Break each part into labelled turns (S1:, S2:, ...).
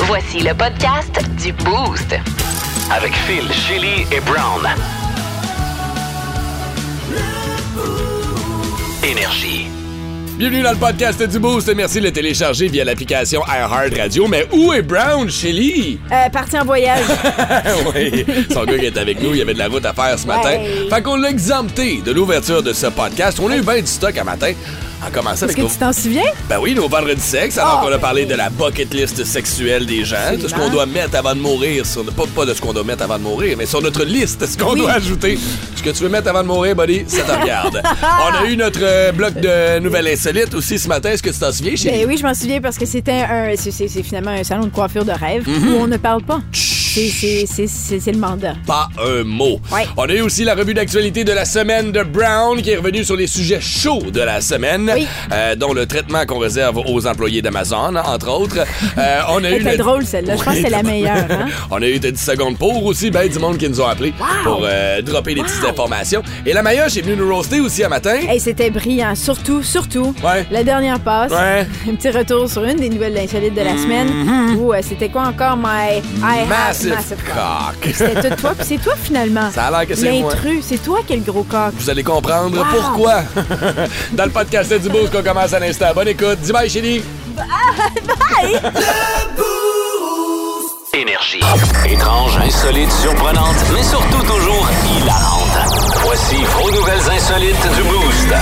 S1: Voici le podcast du Boost.
S2: Avec Phil, Chili et Brown. Énergie.
S3: Bienvenue dans le podcast du Boost. Merci de le télécharger via l'application iHeartRadio. Mais où est Brown, Shelly?
S4: Euh, parti en voyage.
S3: oui, son gars qui est avec nous, il y avait de la route à faire ce matin.
S4: Ouais.
S3: Fait qu'on l'a exempté de l'ouverture de ce podcast. On a eu bien du stock à matin. En commençant
S4: Est-ce
S3: avec
S4: que
S3: nos...
S4: tu t'en souviens?
S3: Ben oui, nos vendredis sexes, alors
S4: Ah,
S3: qu'on a parlé
S4: ben.
S3: de la bucket list sexuelle des gens, de ce qu'on
S4: Absolument.
S3: doit mettre avant de mourir, sur, pas, pas de ce qu'on doit mettre avant de mourir, mais sur notre liste, ce qu'on
S4: Oui.
S3: doit ajouter. Ce que tu veux mettre avant de mourir, buddy, ça te regarde. On a eu notre euh, bloc de nouvelles insolites aussi ce matin. Est-ce que tu t'en souviens, chérie?
S4: Ben oui, je m'en souviens parce que c'était un. c'est- C'est c'est finalement un salon de coiffure de rêve
S3: Mhm.
S4: où on ne parle pas. C'est- c'est- C'est c'est- c'est le mandat.
S3: pas un mot.
S4: Ouais.
S3: On a eu aussi la revue d'actualité de la semaine de Brown qui est revenue sur les sujets chauds de la semaine,
S4: Oui.
S3: euh, dont le traitement qu'on réserve aux employés d'Amazon, entre autres. Euh, on a eu
S4: Elle était
S3: le-
S4: drôle, celle-là. Je pense que c'est la meilleure, hein?
S3: on a eu tes 10 secondes pour aussi, ben du monde qui nous a appelés pour euh, dropper des petites informations. Et la Mayoche est venue nous roaster aussi un matin.
S4: Hey, c'était brillant. Surtout, surtout,
S3: Ouais.
S4: la dernière passe.
S3: Ouais. Mhm.
S4: Un petit retour sur une des nouvelles insolites de la semaine. Où euh, c'était quoi encore, my I have
S3: Massive,
S4: massive cock.
S3: cock.
S4: C'était tout toi, puis c'est toi finalement.
S3: Ça a l'air que c'est moi.
S4: L'intrus, c'est toi qui as le gros coq.
S3: Vous allez comprendre
S4: Wow.
S3: pourquoi. Dans le podcast du Boost qu'on commence à l'instant. Bonne écoute. Dis bye, chérie.
S2: Énergie. Étrange, insolite, surprenante, mais surtout toujours hilarante. Voici vos nouvelles insolites du Boost.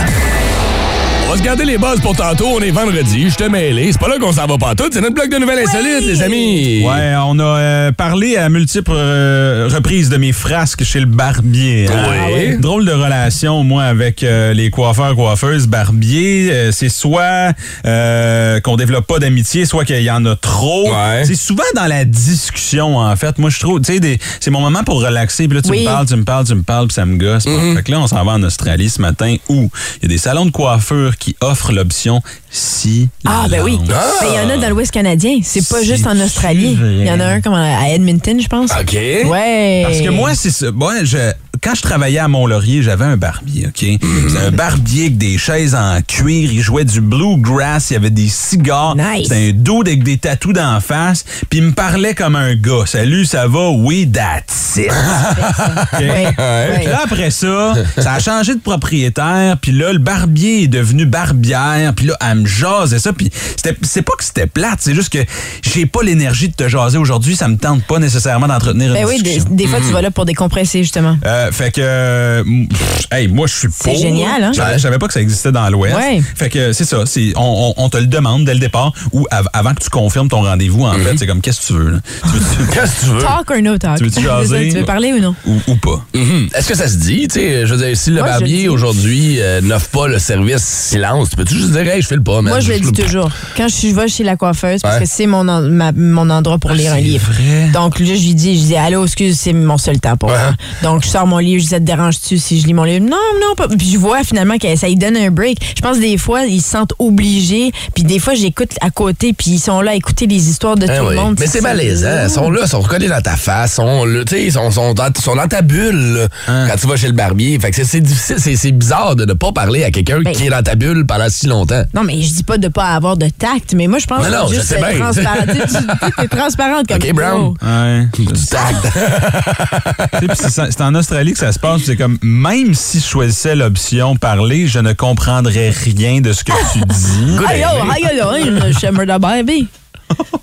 S3: On va se garder les bases pour tantôt. On est vendredi. Je te mêlé. C'est pas là qu'on s'en va pas tout. C'est notre bloc de nouvelles insolites, les amis.
S5: Ouais, on a euh, parlé à multiples euh, reprises de mes frasques chez le barbier. hein.
S4: Ah
S3: Oui.
S5: Drôle de relation, moi, avec euh, les coiffeurs, coiffeuses, barbiers. Euh, c'est soit euh, qu'on développe pas d'amitié, soit qu'il y en a trop.
S3: Ouais.
S5: C'est souvent dans la discussion, en fait. Moi, je trouve, tu sais, des- c'est mon moment pour relaxer. Puis là, tu
S4: Oui.
S5: me parles, tu me parles, tu me parles, puis ça me gosse.
S3: Mm-hmm.
S5: Fait que là, on s'en va en Australie ce matin où il y a des salons de coiffure qui offrent l'option si.
S4: Ah, ben oui. Ben, Il y en a dans l'Ouest canadien. C'est pas juste en
S5: C'est-tu
S4: Australie.
S5: vrai?
S4: Il y en a un comme à Edmonton, je pense.
S3: OK.
S4: Ouais.
S5: Parce que moi, c'est ça. Moi, je- quand je travaillais à Mont-Laurier, j'avais un barbier, OK?
S4: Mhm.
S5: C'était un barbier avec des chaises en cuir. Il jouait du bluegrass. Il y avait des cigares.
S4: Nice.
S5: C'était un dude avec des tatous d'en face. Puis il me parlait comme un gars. Salut, ça va? Oui, that's it.
S4: Ah,
S5: OK?
S4: Ouais,
S5: Puis
S4: ouais.
S5: là, après ça, ça a changé de propriétaire. Puis là, le barbier est devenu barbière. Puis là, elle me jasait ça. Puis c'était- c'est pas que c'était plate. C'est juste que j'ai pas l'énergie de te jaser aujourd'hui. Ça me tente pas nécessairement d'entretenir une
S4: Ben oui, des,
S5: discussion.
S4: des
S3: Mm-hmm.
S4: fois, tu vas là pour décompresser, justement.
S5: Euh, fait que, euh, m- pff, hey, moi, je suis pour.
S4: C'est génial, hein?
S5: Je savais- je savais pas que ça existait dans l'Ouest.
S4: Ouais.
S5: Fait que, c'est ça. c'est- on, on- on te le demande dès le départ ou av- avant que tu confirmes ton rendez-vous, en fait. C'est comme, qu'est-ce que tu veux, là? Tu veux,
S3: Qu'est-ce que tu veux?
S4: Talk or no talk.
S5: Euh, Tu veux-tu jaser?
S4: tu veux parler ou non?
S5: ou, ou pas?
S3: Mhm. Est-ce que ça se dit? Tu sais, je veux dire, si le
S4: Moi, je le
S3: barbier
S4: dis.
S3: aujourd'hui euh, n'offre pas le service silence, tu peux-tu juste dire, hey, je fais le pas, man?
S4: Moi, je le dis
S3: fais
S4: toujours. Quand je suis- je vais chez la coiffeuse, parce
S3: Ouais.
S4: que c'est mon, en- ma- mon endroit pour lire un
S5: Ah, c'est
S4: livre.
S5: vrai.
S4: Donc là, je lui dis, je dis, allô, excuse, c'est mon seul temps pour moi. Donc, je sors mon livre, je dis, ça te dérange-tu si je lis mon livre? Non, non, pas. Puis je vois finalement que ça lui donne un break. Je pense des fois, ils se sentent obligés. Puis des fois, j'écoute à côté, puis ils sont là à écouter les histoires de
S3: Hein,
S4: tout
S3: oui.
S4: le monde.
S3: Mais
S4: Puis
S3: c'est
S4: ça-
S3: malaisant. Ils sont là, ils sont recollés dans ta face. Ils sont, là, tu sais, ils sont, sont dans, ils sont dans ta bulle là, quand tu vas chez le barbier. Fait que c'est- c'est difficile, c'est- c'est bizarre de ne pas parler à quelqu'un
S4: Ben.
S3: qui est dans ta bulle pendant si longtemps.
S4: Non, mais je dis pas de pas avoir de tact, mais moi, je pense
S3: Mais non,
S4: que
S3: je
S4: juste
S3: sais
S4: être
S3: bien.
S4: transparent. Tu- tu- T'es transparente comme
S3: OK, Brown?
S4: Oh.
S5: Ouais.
S3: Du tact.
S5: Tu sais, puis c'est c'est en Australie que ça se passe. puis C'est comme, même si je choisissais l'option parler, je ne comprendrais rien de ce que tu dis.
S3: Good
S4: Hey,
S3: idea.
S4: oh, hey, oh, hey, shimmer the baby.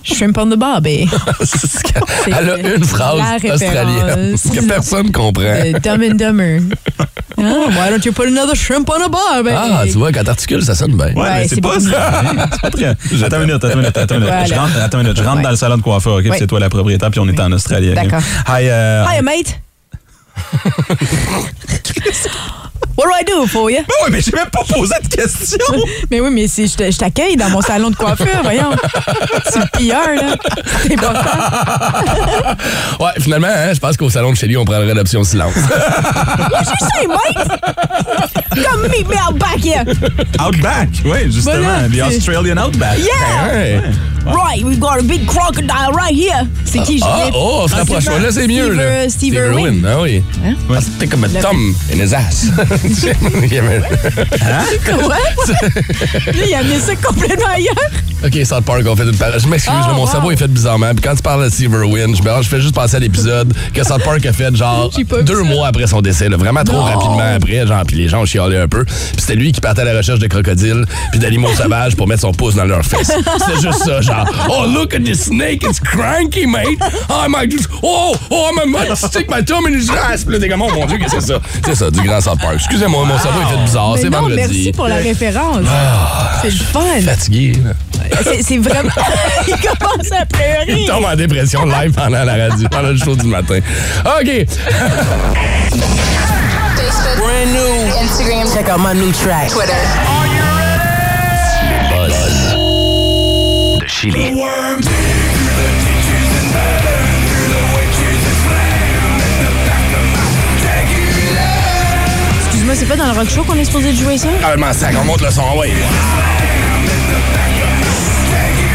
S4: Shrimp on the eh. barbie.
S3: C'est ce qu'elle- Elle a
S4: C'est
S3: une phrase
S4: la référence.
S3: australienne que personne comprend.
S4: Euh, dumb and dumber. Ah, why don't you put another shrimp on eh? a barbie?
S3: Ah, tu vois, quand t'articules, ça sonne bien.
S5: Ouais,
S4: Ouais,
S5: mais
S4: c'est
S5: c'est pas
S4: beaucoup
S5: ça. C'est pas très. Attends une minute, attends une minute, attends une minute.
S4: Voilà.
S5: Je rentre, attends une minute, je rentre
S4: Ouais.
S5: dans le salon de coiffeur, OK? puis
S4: Ouais.
S5: C'est toi la propriétaire, puis on est en Australie. OK?
S4: D'accord.
S5: Hi, euh,
S4: Hi, mate. What do I do for you?
S5: Ben ouais, mais j'ai même pas posé de question.
S4: Mais oui, mais c'est- je te- je t'accueille dans mon salon de coiffure, voyons. C'est le pilleur, là. C'est important.
S3: Ouais, finalement, hein, je pense qu'au salon de chez lui, on prendrait l'option silence.
S4: Je sais, mate. Come meet me out back here.
S5: Outback, oui, justement.
S4: Voilà,
S5: the
S4: c'est-
S5: Australian Outback.
S4: Yeah.
S3: Hey.
S4: Right, we've got a big crocodile right here. C'est qui, je
S3: Ah,
S4: l'ai-
S3: oh, on se rapproche.
S4: Steve-
S3: Là, c'est mieux.
S4: Steve,
S3: Là.
S4: euh, Steve Irwin.
S3: Ah oui.
S4: Hein?
S3: Parce que t'es comme un Tom in his ass. Il y avait-
S4: Quoi? Là, il a amené ça complètement ailleurs.
S3: OK, South Park, on fait une parodie. Je m'excuse,
S4: Oh,
S3: mais mon
S4: wow.
S3: cerveau est fait bizarrement. Puis quand tu parles de Silverwind, je, me- je fais juste penser à l'épisode que South Park a fait, genre,
S4: J'ai pas vu
S3: deux
S4: ça.
S3: mois après son décès. là. vraiment trop rapidement après, genre, puis les gens ont chialé un peu. Puis c'était lui qui partait à la recherche de crocodiles puis d'animaux sauvages pour mettre son pouce dans leur fesses. C'était juste ça, genre, oh, look at this snake, it's cranky, mate. Oh, my, oh, oh, my, my, stick my thumb in his ass. Puis là, t'es comme, oh, mon Dieu, qu'est-ce que c'est ça? C'est ça, du grand South Park. Excusez-moi, mon cerveau est fait bizarre.
S4: Ah, Mais
S3: C'est
S4: non,
S3: vendredi.
S4: merci pour la référence. c'est le fun.
S3: Fatigué, là.
S4: C'est- C'est vraiment. Il commence à pleurer.
S3: Il tombe en dépression live pendant la radio, pendant le show du matin. OK.
S6: Brand new. Instagram. Check out my new track. Twitter.
S2: de Chili.
S4: Excuse-moi, c'est pas dans le rock show qu'on est supposé de jouer ça?
S3: Ah, m'en sac, on monte le son, ouais.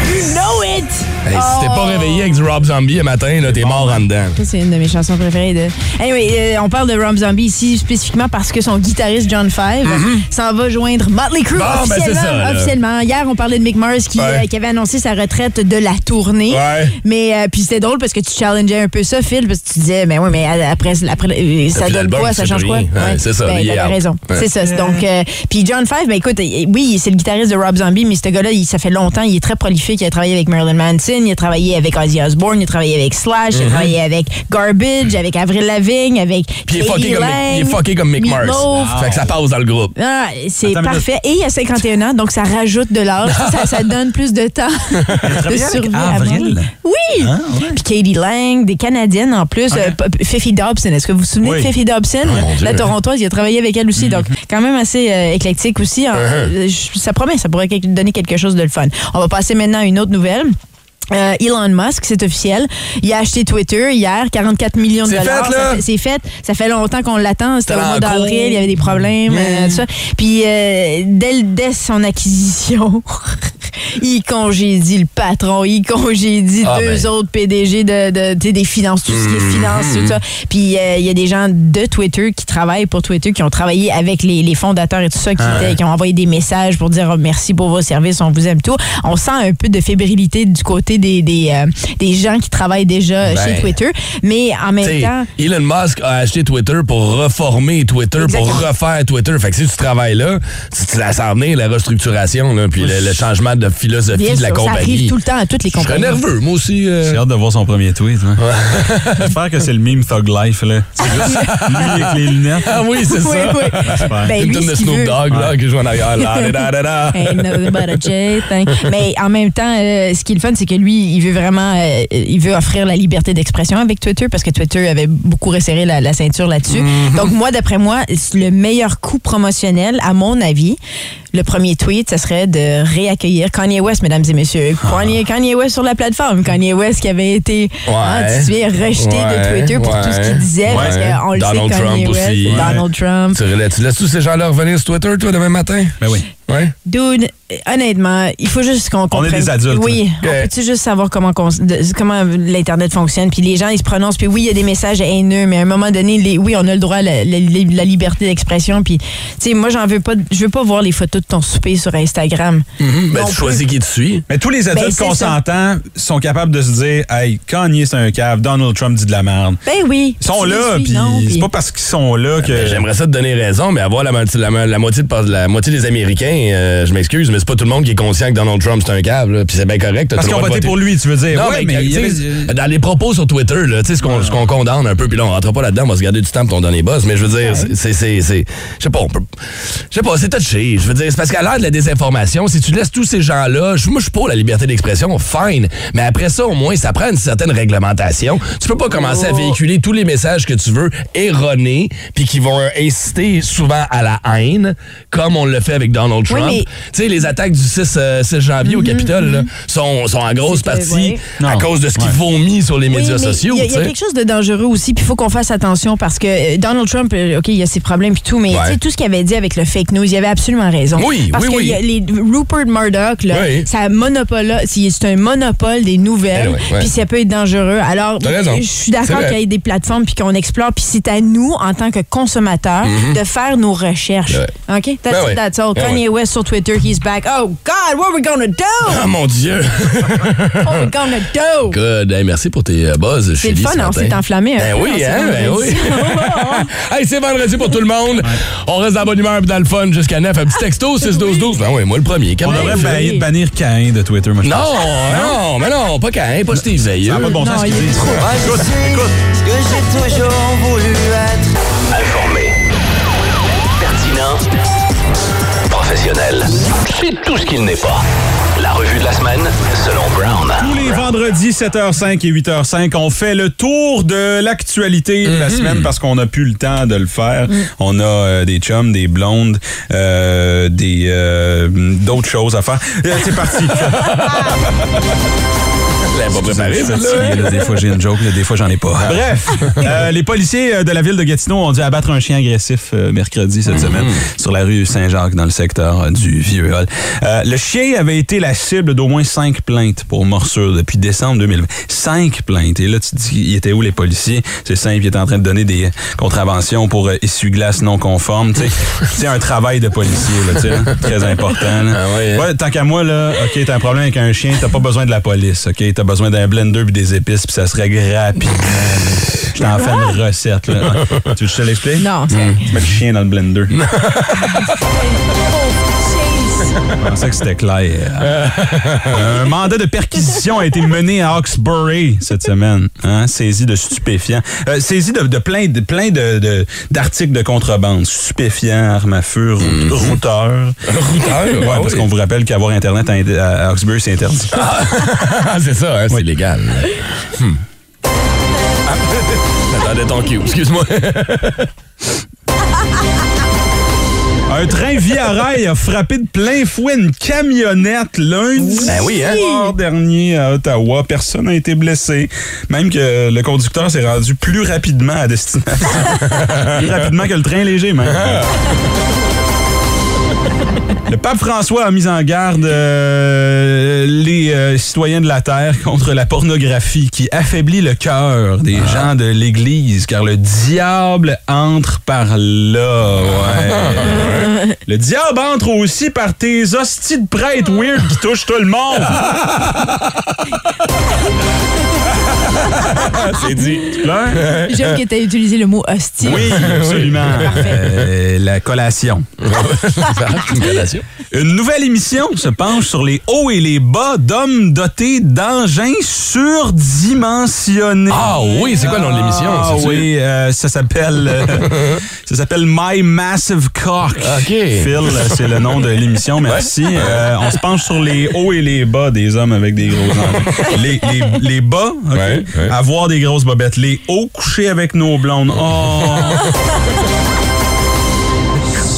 S4: You know it!
S3: Hey, Si t'es pas réveillé avec du Rob Zombie le matin, là, t'es mort en dedans.
S4: Ça, C'est une de mes chansons préférées. De... Anyway, euh, on parle de Rob Zombie ici spécifiquement parce que son guitariste John Five s'en va joindre Motley Crue
S3: Mhm. Bon, ben, c'est
S4: officiellement,
S3: ça, là.
S4: officiellement. Hier, on parlait de Mick Mars qui,
S3: Ouais.
S4: euh, qui avait annoncé sa retraite de la tournée.
S3: Ouais.
S4: Mais euh, puis c'était drôle parce que tu challengeais un peu ça, Phil, parce que tu disais, mais oui, mais après, après euh, ça
S3: plus
S4: donne
S3: d'album,
S4: quoi,
S3: tu
S4: ça
S3: sais
S4: change
S3: plus
S4: quoi?
S3: rien. Ouais, c'est ça,
S4: Ben,
S3: il est
S4: t'avais
S3: out.
S4: raison.
S3: Ouais.
S4: C'est ça. c'est Donc, euh, puis John Five, ben écoute, euh, oui, c'est le guitariste de Rob Zombie, mais ce gars-là, il- ça fait longtemps, il est très prolifique. Il a travaillé avec Marilyn Manson, il a travaillé avec Ozzy Osbourne, il a travaillé avec Slash,
S3: Mm-hmm.
S4: il a travaillé avec Garbage, avec Avril Lavigne, avec.
S3: Puis il est
S4: Katie
S3: fucké comme, Mick- il est
S4: Lang,
S3: fucké comme Mick Mars.
S4: Meatloaf.
S3: Fait que ça passe dans le groupe.
S4: Ah, c'est
S5: Attends une
S4: parfait. Et il a 51 ans, donc ça rajoute de l'âge. ça, ça donne plus de temps de
S5: travaillé avec
S4: survie à
S5: Avril. Ah,
S4: mort. Oui! Puis Katie Lang, des Canadiennes en plus. Euh, P- Fifi Dobson, est-ce que vous vous souvenez
S5: Oui. Ah,
S4: de Fifi Dobson?
S3: mon Dieu.
S4: la Torontoise, il a travaillé avec elle aussi. Donc,
S5: Mhm.
S4: quand même assez euh, éclectique aussi. En-
S5: Uh-huh.
S4: euh, je- Ça promet, ça pourrait quel- donner quelque chose de le fun. On va passer maintenant à une autre nouvelle. Euh, Elon Musk, c'est officiel. Il a acheté Twitter hier, 44 millions de
S3: C'est
S4: dollars.
S3: fait, là?
S4: Ça fait- C'est fait. Ça fait longtemps qu'on l'attend. C'était au
S3: C'était en
S4: mois
S3: cours.
S4: d'avril. Il y avait des problèmes, euh, tout ça. Puis, euh, dès, le- dès son acquisition, il congédie le patron, il congédie
S3: Ah,
S4: deux
S3: ben. Mm-hmm.
S4: autres PDG de, de- tu sais, des finances, tout ce qui est finance, tout ça. Puis, euh, il y a des gens de Twitter qui travaillent pour Twitter, qui ont travaillé avec les, les fondateurs et tout ça, qui,
S3: Ah,
S4: étaient- qui ont envoyé des messages pour dire oh, merci pour vos services, on vous aime tout. On sent un peu de fébrilité du côté des, des, euh, des gens qui travaillent déjà
S3: Ben.
S4: chez Twitter. Mais en même
S3: T'sais,
S4: temps.
S3: Elon Musk a acheté Twitter pour reformer Twitter, pour
S4: Exactement.
S3: refaire Twitter. Fait que si tu travailles là, tu, tu la sens venir, la restructuration, là, puis le, le changement de philosophie
S4: Bien
S3: de la
S4: sûr, ça
S3: compagnie.
S4: arrive tout le temps à toutes les
S3: Je serais
S4: compagnies.
S3: nerveux, moi aussi. euh.
S5: J'ai hâte de voir son premier tweet. hein. J'espère que c'est le meme Thug Life. Là. C'est juste lui avec les lunettes.
S3: Ah oui, c'est
S4: Oui,
S3: ça.
S4: oui.
S5: J'espère.
S4: Ben,
S3: Une
S4: lui,
S3: tonne de
S4: ce qu'il
S3: Snoop
S4: veut. Ben,
S3: Dogg là, qui joue en arrière. La, da, da, da, da.
S4: Ain't nothing but a J thing. Mais en même temps, euh, ce qui est le fun, c'est que lui, il veut vraiment, euh, il veut offrir la liberté d'expression avec Twitter parce que Twitter avait beaucoup resserré la, la ceinture là-dessus.
S3: Mm-hmm.
S4: Donc moi, d'après moi, le meilleur coup promotionnel, à mon avis, le premier tweet, ce serait de réaccueillir Kanye West, mesdames et messieurs. Kanye, Kanye West sur la plateforme. Kanye West qui avait été
S3: Ah. Ouais.
S4: hein, tu sais, rejeté de
S3: Ouais.
S4: Twitter pour tout ce qu'il disait
S3: Ouais.
S4: parce qu'on le
S3: Donald
S4: sait, Kanye
S3: Trump
S4: West,
S3: aussi.
S4: Donald Trump.
S3: Tu, relais- tu laisses tous ces gens-là revenir sur Twitter, toi, demain matin?
S5: Ben oui.
S3: Ouais.
S4: Dude, honnêtement, il faut juste qu'on comprenne.
S5: est des adultes, hein.
S4: Oui.
S3: là.
S4: On peut-tu juste savoir comment, qu'on- de- comment l'Internet fonctionne? Puis les gens, ils se prononcent. Puis oui, il y a des messages haineux, mais à un moment donné, les, oui, on a le droit à la, la- la- la liberté d'expression. Puis, tu sais, moi, j'en veux pas. Je veux pas voir les photos de ton souper sur Instagram.
S3: Ben,
S5: Mhm,
S4: Non
S3: tu
S4: plus.
S3: choisis qui tu suis.
S5: Mais tous les
S4: Ben,
S5: adultes
S4: c'est
S5: consentants sont capables de se dire Hey, Kanye, c'est un cave, Donald Trump dit de la merde.
S4: Ben oui.
S5: Ils sont
S4: Tu les
S5: là,
S4: suis,
S5: puis
S4: non,
S5: c'est
S4: puis-
S5: pas parce qu'ils sont là que.
S3: Ben, J'aimerais ça te donner raison, mais avoir la, moitié- la, mo- la moitié, de, la moitié des Américains, euh, je m'excuse, mais c'est pas tout le monde qui est conscient que Donald Trump, c'est un câble. là, Puis c'est bien correct. t'as
S5: parce
S3: tout
S5: qu'ils
S3: le
S5: ont
S3: droit de voter.
S5: voté pour lui, tu euh, veux dire.
S3: Non,
S5: Ouais,
S3: mais,
S5: il y
S3: tu sais,
S5: avait-
S3: dans les propos sur Twitter, là, tu sais, ce qu'on ce qu'on condamne un peu, puis là, on rentre pas là-dedans, on va se garder du temps pour ton dernier boss, mais je veux dire, c'est- c'est. c'est- c'est- Je sais pas, on peut. Je sais pas, c'est touché. Je veux dire, c'est parce qu'à l'heure de la désinformation, si tu laisses tous ces gens-là, je- moi, je suis pour la liberté d'expression, fine, mais après ça, au moins, ça prend une certaine réglementation. Tu peux pas commencer à véhiculer tous les messages que tu veux erronés, puis qui vont inciter souvent à la haine, comme on le fait avec Donald
S4: Oui,
S3: Trump.
S4: mais-
S3: Tu sais, les attaques du 6, euh, 6 janvier au Capitole, là, sont, sont en grosse
S4: C'est que,
S3: partie
S4: Euh, ouais.
S3: à
S5: Non.
S3: cause de ce qu'il
S5: Ouais.
S3: vomit sur les
S4: Oui,
S3: médias
S4: mais
S3: sociaux.
S4: Il y a- il y, a
S3: tu sais.
S4: quelque chose de dangereux aussi, puis il faut qu'on fasse attention parce que euh, Donald Trump, euh, OK, il y a ses problèmes puis tout, mais
S3: Ouais.
S4: tu sais, tout ce qu'il avait dit avec le fake news, il avait absolument raison.
S3: Oui,
S4: parce
S3: oui,
S4: que
S3: oui.
S4: il y a les Rupert Murdoch, là,
S3: Oui.
S4: ça monopole, si- c'est un monopole des nouvelles,
S3: Ben oui, ouais.
S4: puis ça peut être dangereux. Alors,
S3: T'as raison.
S4: je suis
S3: C'est
S4: d'accord
S3: vrai.
S4: qu'il y ait des plateformes puis qu'on explore, puis c'est à nous, en tant que consommateurs, de faire nos recherches.
S3: Ouais.
S4: OK?
S3: Ben
S4: That's it,
S3: Mm-hmm. ouais.
S4: that's all.
S3: Ben
S4: Kanye West sur Twitter, he's back. Oh God, what are we gonna do?
S3: Ah, mon Dieu!
S4: What are we gonna do?
S3: Good. Hey, merci pour tes euh, buzz,
S4: C'est
S3: chez
S4: le fun, on s'est enflammé un
S3: Ben
S4: peu, Oh, on
S3: oui,
S4: s'est
S3: hein, ben oui.
S4: vendredi. oh.
S3: hey, c'est vendredi pour tout le monde. On reste dans la bonne humeur et dans le fun jusqu'à 9. Un petit texto, 6-12-12. Ben oui, moi le premier.
S5: On
S3: Capable.
S5: devrait
S4: oui.
S5: failli de bannir Cain de Twitter, moi. je
S3: Non,
S5: pense.
S3: non, mais non, pas Cain, pas Steve Veilleux.
S5: Ça n'a pas de bon sens ce qu'ils disent. Écoute, écoute.
S6: Ce Ah, que j'ai toujours voulu être.
S2: Informé. Pertinent. Professionnel. C'est tout ce qu'il n'est pas. La revue de la semaine, selon Brown.
S5: Tous les vendredis, 7h05 et 8h05, on fait le tour de l'actualité de la semaine parce qu'on n'a plus le temps de le faire. On a euh, des chums, des blondes, euh, des euh, d'autres choses à faire. Euh, C'est parti.
S3: Je l'avais pas préparé,
S5: Excusez-moi, je suis
S3: celle-là.
S5: fatigué, là. Des fois, j'ai une joke, là, des fois, j'en ai pas. Bref, euh, les policiers euh, de la ville de Gatineau ont dû abattre un chien agressif euh, mercredi cette semaine sur la rue Saint-Jacques dans le secteur euh, du Vieux-Hall. Euh, le chien avait été la cible d'au moins cinq plaintes pour morsure depuis décembre 2020. Cinq plaintes. Et là, tu te dis, il était où les policiers? C'est simple, il était en train de donner des contraventions pour euh, essuie-glace non conforme. Tu sais. C'est un travail de policier, là, tu sais, hein, très important. là.
S3: Ah ouais, hein?
S5: Ouais, tant qu'à moi, là, OK, t'as un problème avec un chien, t'as pas besoin de la police, OK? T'as besoin d'un blender puis des épices, puis ça se règle rapidement. là. Je t'en fais une recette, là. Tu veux que je te l'explique? Hmm.
S4: Non, c'est
S5: Tu mets le chien dans le blender. Je pensais que c'était clair. Euh, Un mandat de perquisition a été mené à Oxbury cette semaine. Hein? Saisi de stupéfiants. Euh, saisi de, de plein de plein de, de- d'articles de contrebande. Stupéfiants, armes à feu, rou- routeurs.
S3: Routeur,
S5: Mhm. Ouais,
S3: ouais,
S5: parce qu'on vous rappelle qu'avoir Internet à, à Oxbury, c'est interdit.
S3: Ah, c'est ça, hein, c'est
S5: Oui.
S3: légal. Hmm. Ah, J'attendais ton cue, excuse-moi.
S5: Euh. Un train via rail a frappé de plein fouet une camionnette lundi
S3: Ben oui, hein?
S5: soir dernier à Ottawa. Personne n'a été blessé. Même que le conducteur s'est rendu plus rapidement à destination. plus rapidement que le train léger, même.
S3: Ah.
S5: Le pape François a mis en garde euh, les euh, citoyens de la Terre contre la pornographie qui affaiblit le cœur des
S3: Ah.
S5: gens de l'Église, car le diable entre par là. ouais. le diable entre aussi par tes hosties de prêtres weird qui touchent tout le monde.
S3: C'est dit.
S5: Tu pleures?
S4: J'aime que tu aies utilisé le mot hostile.
S5: Oui, absolument. Euh, la collation.
S3: Ça a une relation.
S5: Une nouvelle émission se penche sur les hauts et les bas d'hommes dotés d'engins surdimensionnés.
S3: Ah oui, c'est quoi le nom de l'émission,
S5: Ah
S3: sais-tu?
S5: oui, euh, ça s'appelle euh, ça s'appelle My Massive Cock.
S3: OK.
S5: Phil, euh, c'est le nom de l'émission. Merci. Euh, on se penche sur les hauts et les bas des hommes avec des gros hommes. Les, les, les bas, OK.
S3: Ouais, ouais.
S5: avoir des grosses bobettes. Les hauts couchés avec nos blondes. Oh.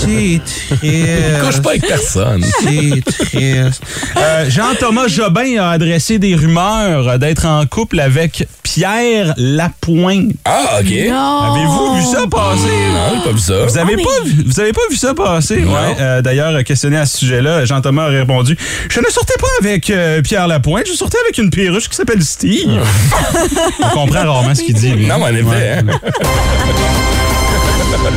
S5: C'est triste.
S3: Couche pas avec personne.
S5: C'est triste. Euh, Jean-Thomas Jobin a adressé des rumeurs d'être en couple avec Pierre Lapointe.
S3: Ah, OK.
S4: Non.
S5: Avez-vous vu ça passer?
S3: Non, j'ai pas vu ça.
S5: Vous avez,
S4: Ah, mais-
S5: pas vu, vous avez pas vu ça passer?
S3: Non.
S5: Ouais. Euh, D'ailleurs, questionné à ce sujet-là, Jean-Thomas a répondu Je ne sortais pas avec euh, Pierre Lapointe, je sortais avec une perruche qui s'appelle Steve. On comprend rarement ce qu'il dit. lui.
S3: Ah. Non, mais en effet, hein.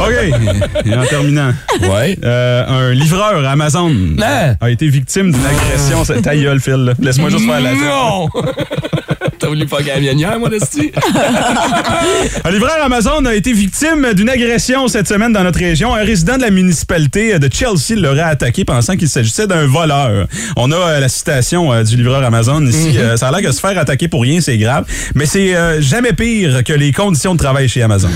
S5: OK. Et en terminant,
S3: Ouais.
S5: euh, un livreur Amazon
S3: Ah.
S5: a été victime d'une agression. Ta gueule, Phil. là. Laisse-moi juste faire la
S3: Non! T'as voulu pas gagner hier, moi, Desti?
S5: Un livreur Amazon a été victime d'une agression cette semaine dans notre région. Un résident de la municipalité de Chelsea l'aurait attaqué pensant qu'il s'agissait d'un voleur. On a euh, la citation euh, du livreur Amazon ici. Euh, ça a l'air que se faire attaquer pour rien, c'est grave. Mais c'est euh, jamais pire que les conditions de travail chez Amazon.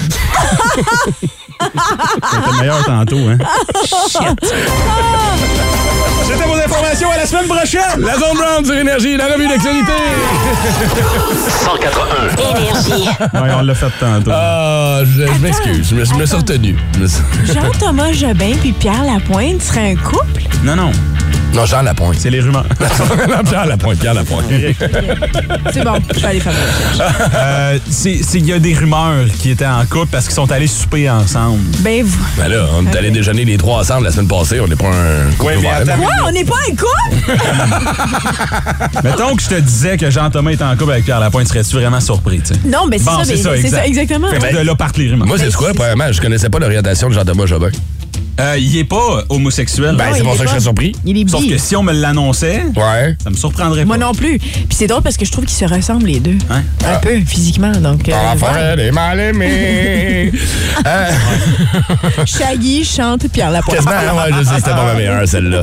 S5: C'était meilleur tantôt, hein? C'était vos informations. À la semaine prochaine!
S3: La zone brown sur Énergie, la revue d'actualité!
S2: 181.
S5: Ouais, on l'a fait tantôt.
S3: Ah, je, je m'excuse, je me, je me suis retenu. Je me suis-
S4: Jean-Thomas Jobin puis Pierre Lapointe seraient un couple?
S5: Non, non,
S3: Non, Jean Lapointe.
S5: c'est les rumeurs.
S3: non, Pierre Lapointe, Pierre Lapointe.
S4: C'est bon, je vais aller faire ma recherche.
S5: Euh, c'est- c'est- Il y a des rumeurs qui étaient en couple parce qu'ils sont allés souper ensemble.
S4: Ben, vous.
S3: Ben là, on est allé déjeuner les trois ensemble la semaine passée, on n'est pas un couple
S5: Ouais, mais
S3: ouvert.
S5: attends.
S4: Quoi? On n'est pas un couple?
S5: Mettons que je te disais que Jean-Thomas est en couple avec Pierre Lapointe, serais-tu vraiment surpris? tu sais?
S4: Non, ben, c'est
S5: Bon,
S4: ça, ben,
S5: exact.
S4: exactement.
S5: Fait que de là, partent les rumeurs.
S3: Moi, c'est quoi, premièrement? Je connaissais pas l'orientation de Jean-Thomas Jobin.
S5: Euh, il est pas homosexuel.
S3: Ben,
S4: Non,
S3: c'est
S4: il
S3: pour
S4: est
S3: ça que je
S4: pas.
S3: serais surpris.
S4: Il est
S5: Sauf
S4: bi.
S5: que si on me l'annonçait,
S3: Ouais.
S5: ça me surprendrait
S4: Moi
S5: pas.
S4: non plus. Puis c'est drôle parce que je trouve qu'ils se ressemblent les deux.
S5: Hein?
S4: Un peu physiquement. Donc, euh,
S3: Ah,
S4: ouais.
S3: L'enfer des mal aimés. Euh,
S4: Shaggy chante Pierre Lapointe. Ben,
S3: Quasiment, hein, ouais, je sais, c'était pas ma meilleure, celle-là.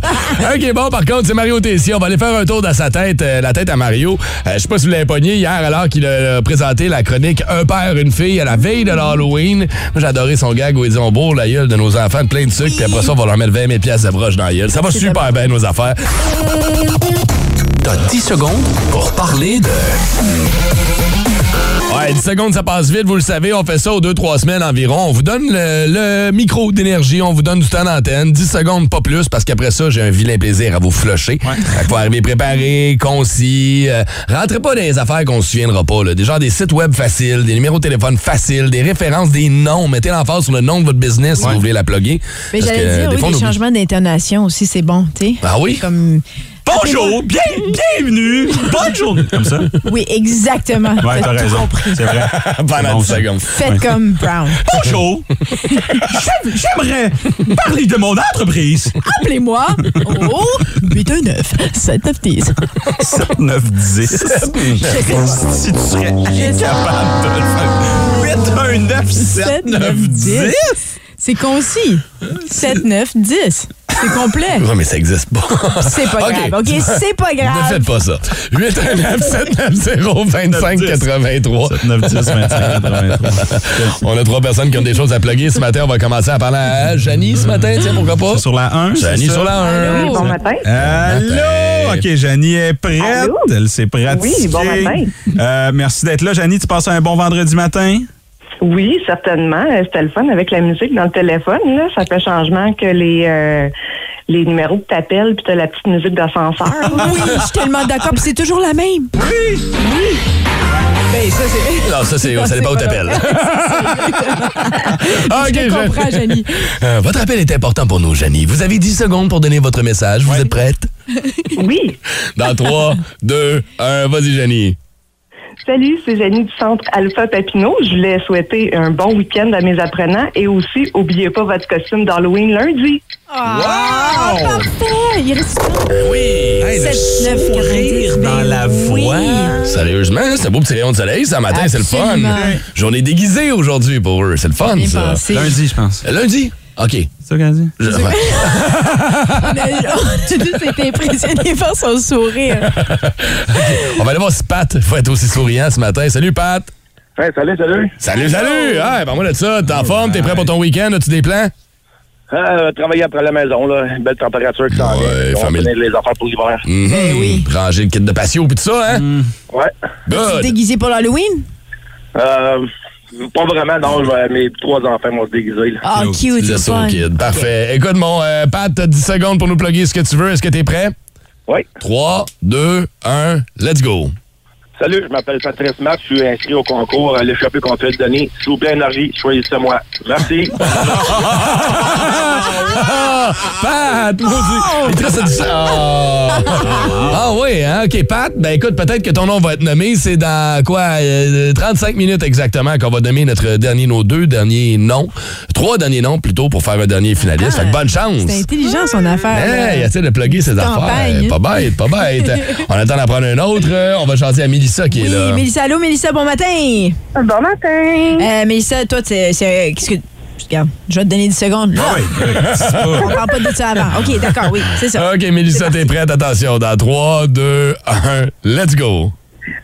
S3: Un qui est bon, par contre, c'est Mario Tessier. On va aller faire un tour dans sa tête, euh, la tête à Mario. Euh, je sais pas si vous l'avez pogné hier, alors qu'il a euh, présenté la chronique Un père, une fille à la veille de l'Halloween. Moi, j'ai adoré son gag où ils disent On bourre la gueule de nos enfants de plein de sucre, puis après ça, on va leur mettre 20 000 piastres de broche dans la gueule. Ça va super bien, nos affaires.
S2: T'as 10 secondes pour parler de
S3: Ouais, 10 secondes, ça passe vite, vous le savez. On fait ça aux 2-3 semaines environ. On vous donne le, le micro d'énergie, on vous donne du temps d'antenne. 10 secondes, pas plus, parce qu'après ça, j'ai un vilain plaisir à vous flusher. Fait qu'il faut arriver préparé, concis. euh, rentrez pas dans les affaires qu'on se souviendra pas. Là. Des genres des sites web faciles, des numéros de téléphone faciles, des références, des noms. Mettez l'emphase sur le nom de votre business si vous voulez la plugger.
S4: Mais
S3: Parce que,
S4: j'allais
S3: euh,
S4: dire,
S3: des
S4: oui,
S3: fois, on
S4: les
S3: oublie.
S4: changements d'intonation aussi, c'est bon, tu sais.
S3: Ah oui?
S4: Comme...
S5: Bonjour, bien, bienvenue, bonne journée. Comme ça.
S4: Oui, exactement.
S5: Ouais, t'as
S4: T'as tout
S5: raison.
S4: compris.
S5: C'est vrai.
S3: Pendant
S5: Bon,
S3: 10
S5: ça.
S3: secondes.
S4: Faites comme Brown.
S5: Bonjour, J'aime- j'aimerais parler de mon entreprise.
S4: Appelez-moi au 819 790
S5: 7, 9, 10. Si tu serais incapable de le faire. 8, 1, 9, 7, 9, 10.
S4: C'est concis. 7, 9, 10. C'est complet.
S3: Ouais, mais ça existe pas.
S4: C'est pas
S3: Ok.
S4: grave. OK, c'est pas
S3: Ne
S4: grave.
S3: faites pas ça. 819 790 25 83.
S5: 9, 10, 25, 83.
S3: On a trois personnes qui ont des choses à plugger ce matin. On va commencer à parler à Janie ce matin, tiens, pourquoi pas?
S5: C'est Sur la 1.
S3: Janie sur la 1.
S7: bon matin.
S5: Allô! OK, Janie est prête.
S7: Allô?
S5: Elle s'est prête.
S7: Oui, bon matin.
S5: merci d'être là, Janie. Tu passes un bon vendredi matin?
S7: Oui, certainement. Euh, C'était le fun avec la musique dans le téléphone. Là. Ça fait changement que les, euh, les numéros que t'appelles puis t'as la petite musique d'ascenseur.
S4: Oui, je suis tellement d'accord. Puis c'est toujours la même. Ben,
S3: Non, ça, c'est, ça dépend où t'appelles. Ah, OK,
S4: Je te comprends, Janie.
S3: Euh, votre appel est important pour nous, Janie. Vous avez 10 secondes pour donner votre message. Vous êtes prête?
S7: oui.
S3: Dans 3, 2, 1, vas-y, Janie.
S7: Salut, c'est Janie du Centre Alpha Papineau. Je voulais souhaiter un bon week-end à mes apprenants et aussi, oubliez pas votre costume d'Halloween lundi.
S4: Ah,
S5: Wow!
S4: parfait. Il reste
S5: Oui!
S4: Sept, neuf,
S5: sourire
S4: quatre-vingt-dix,
S5: dans
S4: ben
S5: la
S4: oui.
S5: voix.
S3: Sérieusement, c'est un beau petit rayon de soleil ce matin, c'est le fun.
S4: Absolument.
S3: J'en ai déguisé aujourd'hui pour eux, c'est le fun,
S4: bien
S3: ça.
S4: pensé.
S5: Lundi, je pense.
S3: Lundi? OK.
S5: C'est ça qu'elle a dit?
S3: Je-
S4: Mais j'ai juste été impressionnée par son sourire.
S3: Ah, On va aller voir si Pat va être aussi souriant ce matin. Salut, Pat!
S8: Hey, salut, salut.
S3: Salut, salut! Hey, moi de ça, t'es en forme, t'es prêt pour ton week-end, as-tu des plans?
S8: Euh, travailler après la maison, là. Une belle température qui s'en
S3: Ouais,
S8: vient. On va
S3: famille.
S8: finir les affaires pour l'hiver.
S3: Ben oui. Ranger le kit de patio puis tout ça, hein?
S8: Ouais.
S4: Tu
S3: Good!
S4: Mm. déguisé pour l'Halloween?
S8: Euh, pas vraiment, non. je vais- Mes trois enfants vont se déguiser, là.
S4: Ah, cute,
S3: Le
S4: c'est
S3: saut
S4: fun.
S3: kid. Parfait. Écoute, mon euh, Pat, t'as 10 secondes pour nous plugger ce que tu veux. Est-ce que t'es prêt?
S8: Ouais.
S3: 3, 2, 1, let's go!
S8: Salut, je m'appelle Patrice Max. Je suis inscrit au concours. euh, Le chapeau qu'on fait donner. S'il vous plaît, énergie, choisissez moi. Merci.
S3: Ah! Pat! Moi
S4: Oh!
S3: aussi. Il te reste à 10 Ah! Ah oui, hein? OK, Pat, ben écoute, peut-être que ton nom va être nommé. C'est dans quoi? euh, 35 minutes exactement qu'on va nommer notre dernier, nos deux derniers noms. Trois derniers noms plutôt pour faire un dernier finaliste. fait que bonne chance!
S4: Ah, C'est intelligent, son affaire. là.
S3: Hey, essaie de plugger ses affaires.
S4: Campagne.
S3: Pas bête, pas bête. On attend d'en prendre un autre. Euh, On va chanter à Mélissa qui est là.
S4: Oui, Mélissa, allô, Mélissa, bon matin.
S7: Bon matin.
S4: Euh, Mélissa, toi, c'est. c'est- Qu'est-ce que. Regarde, je vais te donner 10 secondes. Là,
S5: Ah oui, oui. C'est pas-
S4: on parle pas de ça avant. OK, d'accord, oui, c'est ça.
S3: OK, Mélissa, t'es prête? Attention, dans 3, 2, 1, let's go!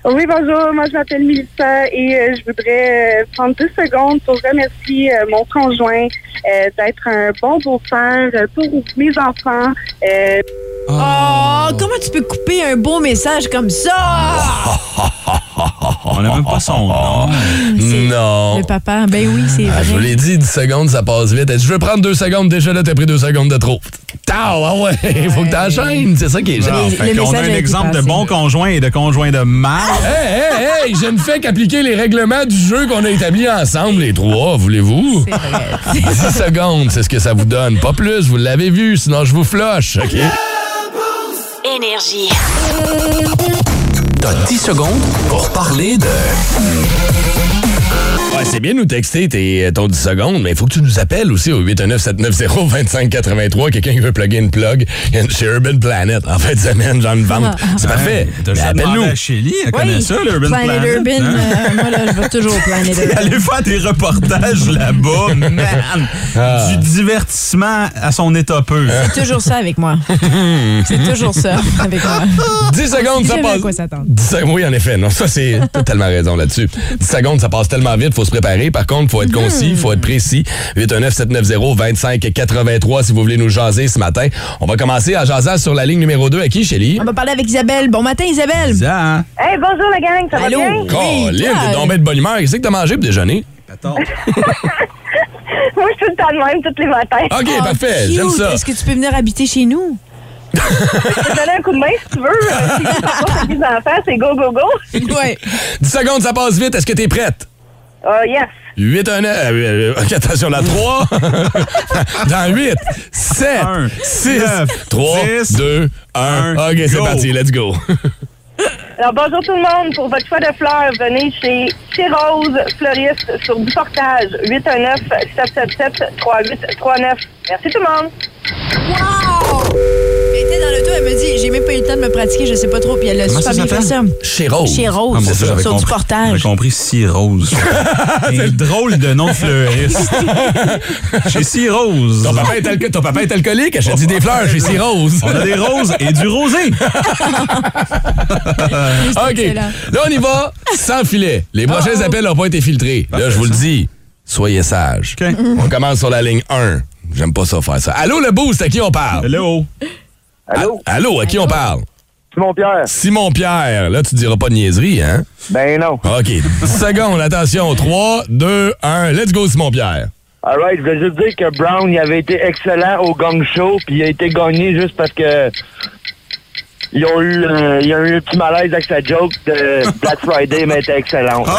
S9: Oui, bonjour. Moi, je m'appelle Melissa et euh, je voudrais euh, prendre deux secondes pour remercier euh, mon conjoint euh, d'être un bon beau-père euh, pour mes enfants. Euh,
S4: Oh, comment tu peux couper un beau message comme ça?
S5: On n'a même pas son nom.
S4: C'est
S3: Non!
S4: Le papa, ben oui, c'est
S3: Oh. Ah, je vous
S4: vrai.
S3: l'ai dit, 10 secondes, ça passe vite. Je veux prendre deux secondes, déjà là, t'as pris deux secondes de trop. Tao, ah ouais, faut que t'enchaînes, c'est ça qui est
S5: Bon,
S3: gênant.
S5: fait
S4: le
S5: qu'on a
S4: message
S5: un
S4: a été
S5: exemple de
S4: passé.
S5: bon conjoint et de conjoint de mal.
S3: Hey, hey, hey, je ne fais qu'appliquer les règlements du jeu qu'on a établi ensemble, les trois, voulez-vous?
S4: C'est vrai.
S3: 10 secondes, c'est ce que ça vous donne. Pas plus, vous l'avez vu, sinon je vous flush, OK?
S1: Énergie.
S2: T'as 10 secondes pour parler de
S3: Ouais, c'est bien de nous texter tes, ton 10 secondes, mais il faut que tu nous appelles aussi au 819-790-2583. Quelqu'un qui veut plugger une plug chez Urban Planet. En fait, semaine, j'en ai une vente. C'est parfait.
S5: Ah, T'as
S3: Mais
S5: juste
S3: appelle-nous.
S5: demandé à Shelly, elle connaît
S4: Oui,
S5: ça, l'Urban
S4: Planet
S5: Planet.
S4: Urban,
S5: hein?
S4: euh, moi, là, je vais toujours Planet
S5: T'es
S4: Urban.
S5: allé faire des reportages là-bas, man! Du divertissement à son état peu.
S4: C'est toujours ça avec moi. C'est toujours ça avec moi.
S3: 10 secondes, ça
S4: Ah, Jamais
S3: passe.
S4: à quoi s'attendre.
S3: 10 sec- oui, en effet. Non, ça, c'est t'as tellement raison là-dessus. 10 secondes, ça passe tellement vite, faut se préparer. Par contre, faut être
S4: Mhm.
S3: concis, faut être précis. 819-790-2583 si vous voulez nous jaser ce matin. On va commencer à jaser sur la ligne numéro 2 à qui, Chélie?
S4: On va parler avec Isabelle. Bon matin, Isabelle.
S5: Bizarre, hein?
S9: Hey, bonjour la gang, ça
S4: Allô?
S9: va bien?
S3: Colin,
S4: Oui, toi.
S3: t'es tombé de bonne humeur. Qu'est-ce que t'as mangé pour déjeuner?
S5: Attends.
S9: Moi, je suis tout le temps de même, tous les matins.
S3: OK,
S4: Oh,
S3: parfait.
S4: cute.
S3: J'aime ça.
S4: Est-ce que tu peux venir habiter chez nous?
S9: Je vais te donner un coup de main si tu veux. Euh, Si tu t'en vas avec les enfants, c'est go, go, go.
S4: Oui.
S3: 10 secondes, ça passe vite. Est-ce que t'es prête?
S9: Oh, yes.
S3: 8, 1, euh, euh, OK, attention, la 3. Dans 8, 7,
S5: Un,
S3: 6,
S5: neuf,
S3: 3,
S5: dix,
S3: 2, 1.
S5: un,
S3: OK, c'est
S5: go.
S3: parti, let's go.
S9: Alors, bonjour tout le monde. Pour votre choix de fleurs, venez chez Cyrose Fleuriste sur du portage 819-777-3839. Merci tout le monde.
S4: Wow! Elle était dans l'auto, elle me dit, j'ai même pas eu le temps de me pratiquer, je sais pas trop. Puis elle a
S5: Comment
S4: super
S5: ça
S4: bien fait ça.
S5: s'appelle?
S3: Chez Rose.
S4: Chez Rose,
S5: Ah, mon Dieu,
S4: Oh, sur
S5: j'avais
S4: du
S5: compris.
S4: portage.
S5: J'ai compris Cirrhose. C'est drôle de nom de fleuriste. Chez Cirrhose.
S3: Ton papa, est alco- ton papa est alcoolique, achète dit des fleurs chez Cyrose. Rose.
S5: On a des roses et du rosé.
S3: OK.
S4: excellent.
S3: Là, Oh. on y va sans filet. Les prochains appels n'ont pas été filtrés. Là, je vous le dis, soyez sages.
S5: OK.
S3: On commence sur la ligne 1. J'aime pas ça faire ça. Allô, le boost, à qui on parle?
S5: Hello.
S8: Allô?
S3: Ah, Allô, à qui on parle?
S8: Simon Pierre?
S3: Simon-Pierre. Là, tu diras pas de niaiserie, hein?
S8: Ben non.
S3: OK. 10 secondes, attention. 3, 2, 1. Let's go, Simon-Pierre.
S8: Alright, je voulais juste dire que Brown, il avait été excellent au gong show, puis il a été gagné juste parce que. Ils ont eu, euh, il y a eu un petit malaise avec sa joke de Black Friday, mais elle était excellente.
S6: Ah.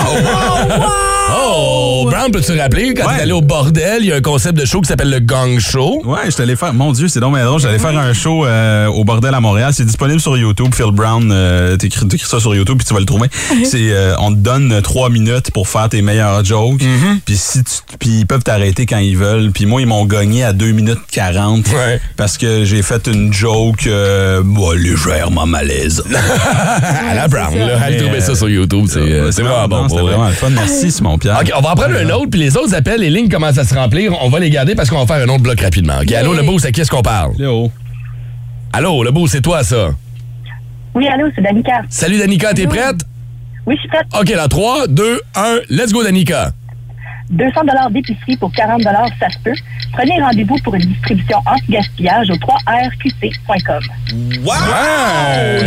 S3: Oh, Brown, peux-tu te rappeler quand
S5: Ouais.
S3: t'es allé au bordel, il y a un concept de show qui s'appelle le Gang Show.
S5: Ouais, je suis allé faire. Mon Dieu, c'est donc bien drôle. J'allais faire un show euh, au bordel à Montréal. C'est disponible sur YouTube. Phil Brown, euh, t'écris t'écris ça sur YouTube puis tu vas le trouver. C'est, euh, on te donne trois minutes pour faire tes meilleurs jokes.
S3: Mm-hmm.
S5: Puis si tu- puis ils peuvent t'arrêter quand ils veulent. Puis moi, ils m'ont gagné à 2 minutes 40
S3: Ouais.
S5: parce que j'ai fait une joke euh, bah, légèrement malaise.
S3: à la Brown, Ah, là. Allez
S5: Mais,
S3: trouver ça
S5: euh,
S3: sur YouTube. C'est euh, c'est vraiment bon.
S5: Non, C'était
S3: pour vrai.
S5: vraiment le fun. Merci, Simon Pierre.
S3: OK, on va en prendre un autre, puis les autres appels, les lignes commencent à se remplir. On va les garder parce qu'on va faire un autre bloc rapidement. OK, allô, le beau, c'est à qui est-ce qu'on parle?
S5: Léo.
S3: Allô, le beau, c'est toi, ça.
S9: Oui, allô, c'est Danica.
S3: Salut, Danica, t'es prête?
S9: Oui, je suis prête.
S3: OK, là, 3, 2, 1, let's go, Danica.
S9: 200 d'épicerie pour 40 ça se peut. Prenez rendez-vous pour une distribution anti-gaspillage au 3rqc.com.
S5: Wow!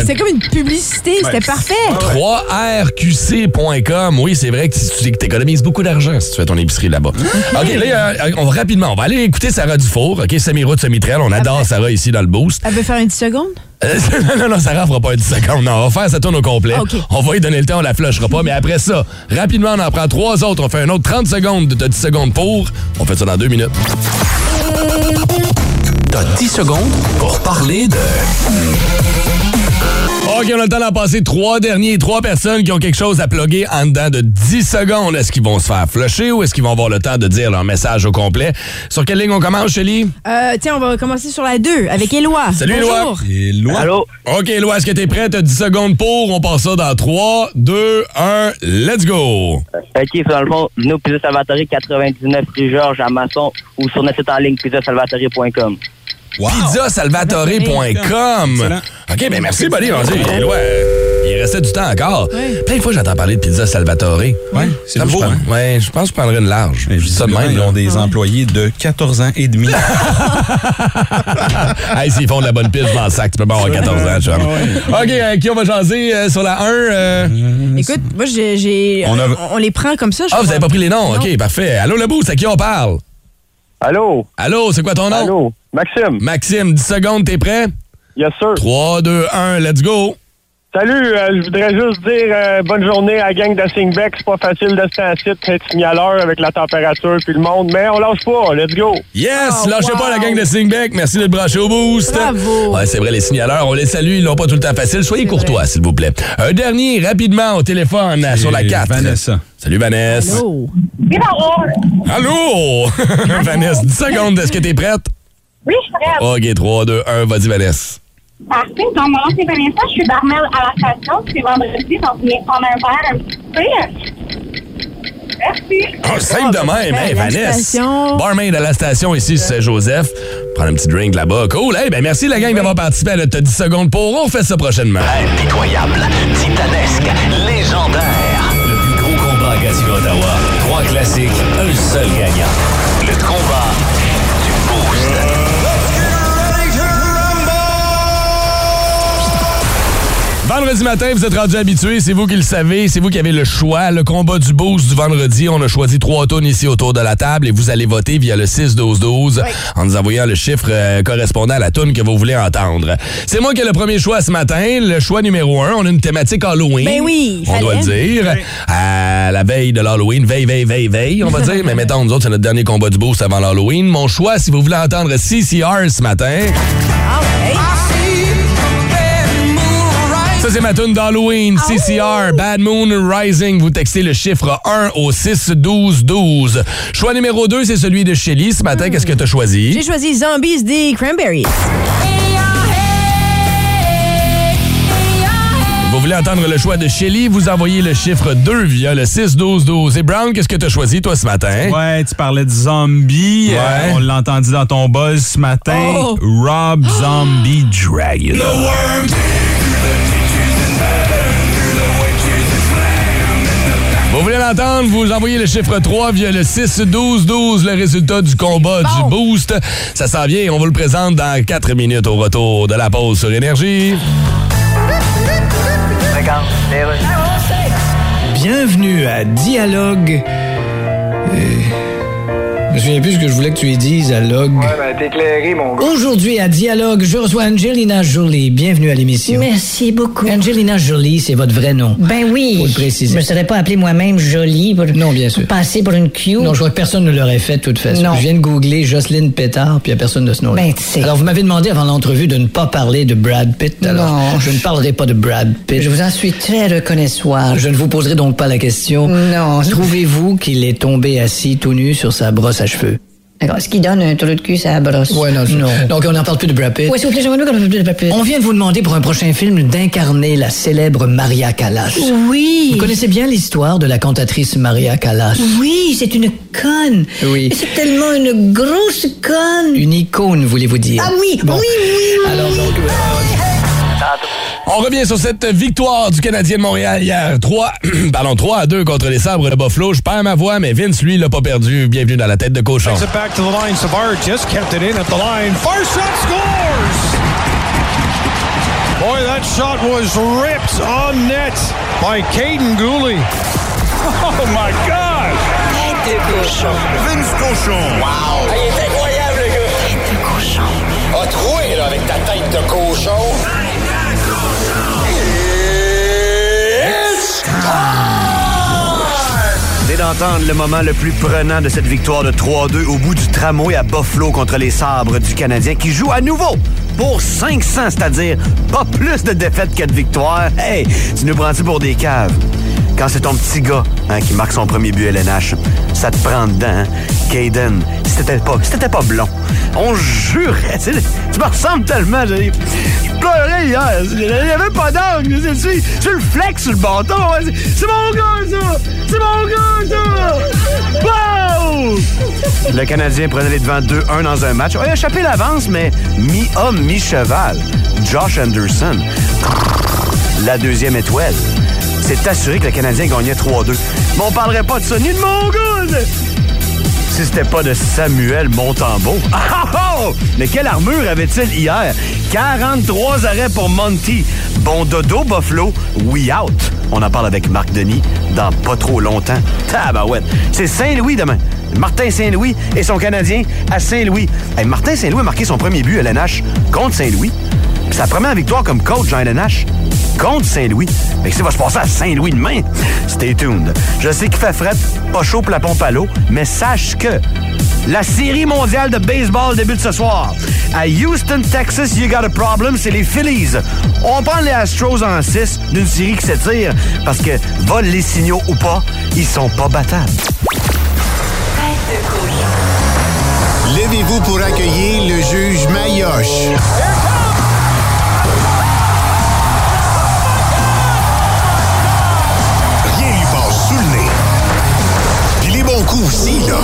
S4: C'est comme une publicité, c'était parfait.
S3: 3rqc.com. Oui, c'est vrai que tu économises beaucoup d'argent si tu fais ton épicerie là-bas. OK, là, euh, on, rapidement, on va aller écouter Sarah Dufour. OK, semi-route, semi-trail. On adore Sarah ici dans le boost.
S4: Elle veut faire une petite seconde?
S3: Euh, non, non, Sarah fera pas une seconde. Non, on va faire sa tourne au complet.
S4: Ah, OK.
S3: On va lui donner le temps, on la flushera pas. Mais après ça, rapidement, on en prend trois autres. On fait un autre 30 secondes de 10 secondes pour. On fait ça dans deux minutes.
S2: T'as 10 secondes pour parler de
S3: OK, on a le temps d'en passer trois derniers, trois personnes qui ont quelque chose à plugger en dedans de 10 secondes. Est-ce qu'ils vont se faire flusher ou est-ce qu'ils vont avoir le temps de dire leur message au complet? Sur quelle ligne on commence, Chélie?
S4: Euh, tiens, on va commencer sur la 2 avec Éloi.
S3: Salut, Éloi.
S4: Bonjour.
S5: Et loin.
S8: Allô?
S3: OK, Loi, est-ce que t'es prête? T'as 10 secondes pour. On passe ça dans 3, 2, 1, let's go!
S10: OK, dans le fond, nous, Pizza Salvatore, 99 rue Georges à Masson ou sur notre site en ligne pizzasalvatore.com.
S5: Wow!
S3: pizzasalvatore.com.
S5: Excellent.
S3: OK, ben merci, buddy. On dit, il est loin. Il restait du temps encore.
S4: Oui.
S3: Plein de fois, j'entends parler de Pizza Salvatore.
S5: Ouais, c'est
S3: Comme
S5: nouveau, hein?
S3: je prends- Ouais, je pense que je prendrais une large.
S5: Mais
S3: Je dis ça de
S5: visiblement,
S3: même.
S5: ils
S3: là.
S5: ont des employés de 14 ans et demi.
S3: hey, s'ils font de la bonne pizza dans le sac, tu peux pas avoir 14 ans, chum.
S5: Ah
S3: OK, euh, qui on va jaser euh, sur la 1? euh?
S5: Mm.
S4: Écoute, moi, j'ai, j'ai-
S5: On
S4: on,
S5: a-
S4: on les prend comme ça. je
S3: Ah, vous
S4: crois.
S3: avez pas pris les noms? OK, parfait. Allô, le bout, c'est à qui on parle?
S8: Allô?
S3: Allô, c'est quoi ton nom?
S8: Allô? Maxime?
S3: Mm. Maxime, 10 secondes, t'es prêt?
S8: Yes, sir.
S3: 3, 2, 1, let's go!
S11: Salut, euh, je voudrais juste dire euh, bonne journée à la gang de Singbeck. C'est pas facile de se tenir assis, de être mis à l'heure avec la température puis le monde, mais on lâche pas. Let's go.
S3: Yes, lâchez pas la gang de Singbeck. Merci de te brancher au boost.
S4: Bravo.
S3: Ouais, c'est vrai, les signaleurs, on les salue, ils l'ont pas tout le temps facile. Soyez courtois, s'il vous plaît. Un dernier, rapidement, au téléphone, euh, sur la
S5: C'est
S3: 4.
S5: Vanessa.
S3: Salut, Vanessa.
S4: Allô?
S3: Allô? Vanessa, 10 secondes, est-ce que t'es prête?
S12: Oui, je suis prête.
S3: OK, 3, 2, 1, vas-y, Vanessa.
S12: Parfait. Donc, mon nom, c'est Vanessa. Je suis barmel à la station. C'est vendredi, donc venez prendre un verre, un petit peu. Merci.
S3: Oh, simple de même, hey, Vanessa. Barmaid à la station ici sur Saint-Joseph. Prendre un petit drink là-bas. Cool. Hey, ben merci la gang d'avoir participé à notre 10 secondes pour. On refait ça prochainement.
S2: Impitoyable, titanesque, légendaire. Le plus gros combat gagné Ottawa. Trois classiques, un seul gagnant. Le combat du boost.
S3: Vendredi matin, vous êtes rendu habitué, c'est vous qui le savez, c'est vous qui avez le choix. Le combat du boost du vendredi, on a choisi trois tonnes ici autour de la table et vous allez voter via le 6-12-12 en nous envoyant le chiffre euh, correspondant à la tonne que vous voulez entendre. C'est moi qui ai le premier choix ce matin, le choix numéro un. On a une thématique Halloween.
S4: Ben oui,
S3: on
S4: fallait.
S3: doit le dire. À la veille de l'Halloween, veille, veille, veille, veille, on va dire. Mais mettons, nous autres, c'est notre dernier combat du boost avant l'Halloween. Mon choix, si vous voulez entendre CCR ce matin. Ça, c'est ma tune d'Halloween, CCR, Bad Moon Rising. Vous textez le chiffre 1 au 6-12-12. Choix numéro 2, c'est celui de Shelly. Ce matin, qu'est-ce que tu as
S4: J'ai
S3: choisi?
S4: choisi Zombies des Cranberries.
S3: Vous voulez entendre le choix de Shelly? Vous envoyez le chiffre 2 via le 6-12-12. Et Brown, qu'est-ce que tu as choisi, toi, ce matin?
S5: Ouais, tu parlais de zombie. euh, on l'a entendu dans ton buzz ce matin.
S3: Oh.
S5: Rob Zombie Dragon.
S3: Vous voulez l'entendre? Vous envoyez le chiffre 3 via le 6-12-12, le résultat du combat du boost. Ça s'en vient, on vous le présente dans 4 minutes au retour de la pause sur Énergie.
S13: Bienvenue à Dialogue. Euh, je me souviens plus ce que je voulais que tu lui dises à Log.
S14: ben, t'es éclairé, mon
S13: Aujourd'hui à Dialogue, je reçois Angelina Jolie. Bienvenue à l'émission.
S15: Merci beaucoup.
S13: Angelina Jolie, c'est votre vrai nom.
S15: Ben oui.
S13: Faut le préciser.
S15: Je me serais pas appelé moi-même jolie pour
S13: Non, bien sûr.
S15: passer pour une Q.
S13: Non, je vois que personne ne l'aurait fait de toute façon.
S15: Non.
S13: Je viens de googler Jocelyne Pétard, puis il n'y a personne de ce nom-là.
S15: Ben, tu sais.
S13: Alors, vous m'avez demandé avant l'entrevue de ne pas parler de Brad Pitt. Alors,
S15: Non.
S13: je ne parlerai pas de Brad Pitt.
S15: Je vous en suis très reconnaissant.
S13: Je ne vous poserai donc pas la question.
S15: Non.
S13: Trouvez-vous qu'il est tombé assis tout nu sur sa brosse à cheveux?
S15: D'accord. Ce qui donne un trou de cul, ça brosse.
S13: Ouais, non, non. Donc, on n'en parle plus de Brad Pitt.
S15: Ouais, s'il vous plaît, j'aimerais mieux qu'on ne parle plus de
S13: On vient de vous demander pour un prochain film d'incarner la célèbre Maria Callas.
S15: Oui.
S13: Vous connaissez bien l'histoire de la cantatrice Maria Callas.
S15: Oui, c'est une conne.
S13: Oui.
S15: C'est tellement une grosse conne.
S13: Une icône, voulez-vous dire.
S15: Ah oui,
S13: Bon.
S15: oui, oui.
S13: Alors, donc,
S3: On revient sur cette victoire du Canadien de Montréal hier. 3, pardon, 3 à 2 contre les sabres de Buffalo. Je perds ma voix, mais Vince, lui, l'a pas perdu. Bienvenue dans la tête de cochon.
S16: Takes it back to the line. Savard just kept it in at the line. First shot scores! Boy, that shot was ripped on net by Caden Gooley. Oh my God!
S17: Vince Cochon. Wow! il est incroyable, le gars! Tête de cochon. A troué, là, avec ta tête de cochon.
S5: hein, Oh, Ah, oh,
S14: Puis sa première victoire comme coach Jean Hélène Nash contre Saint-Louis. Mais ça va se passer à Saint-Louis demain. Stay tuned. Je sais qu'il fait fret, pas chaud pour la pompe à l'eau, mais sache que la série mondiale de baseball débute ce soir. À Houston, Texas, you got a problem, c'est les Phillies. On prend les Astros en 6 d'une série qui s'étire parce que, volent les signaux ou pas, ils sont pas battables.
S17: Levez-vous pour accueillir le juge Mayoche. Rien lui passe sous le nez. Puis les bons coups aussi, là.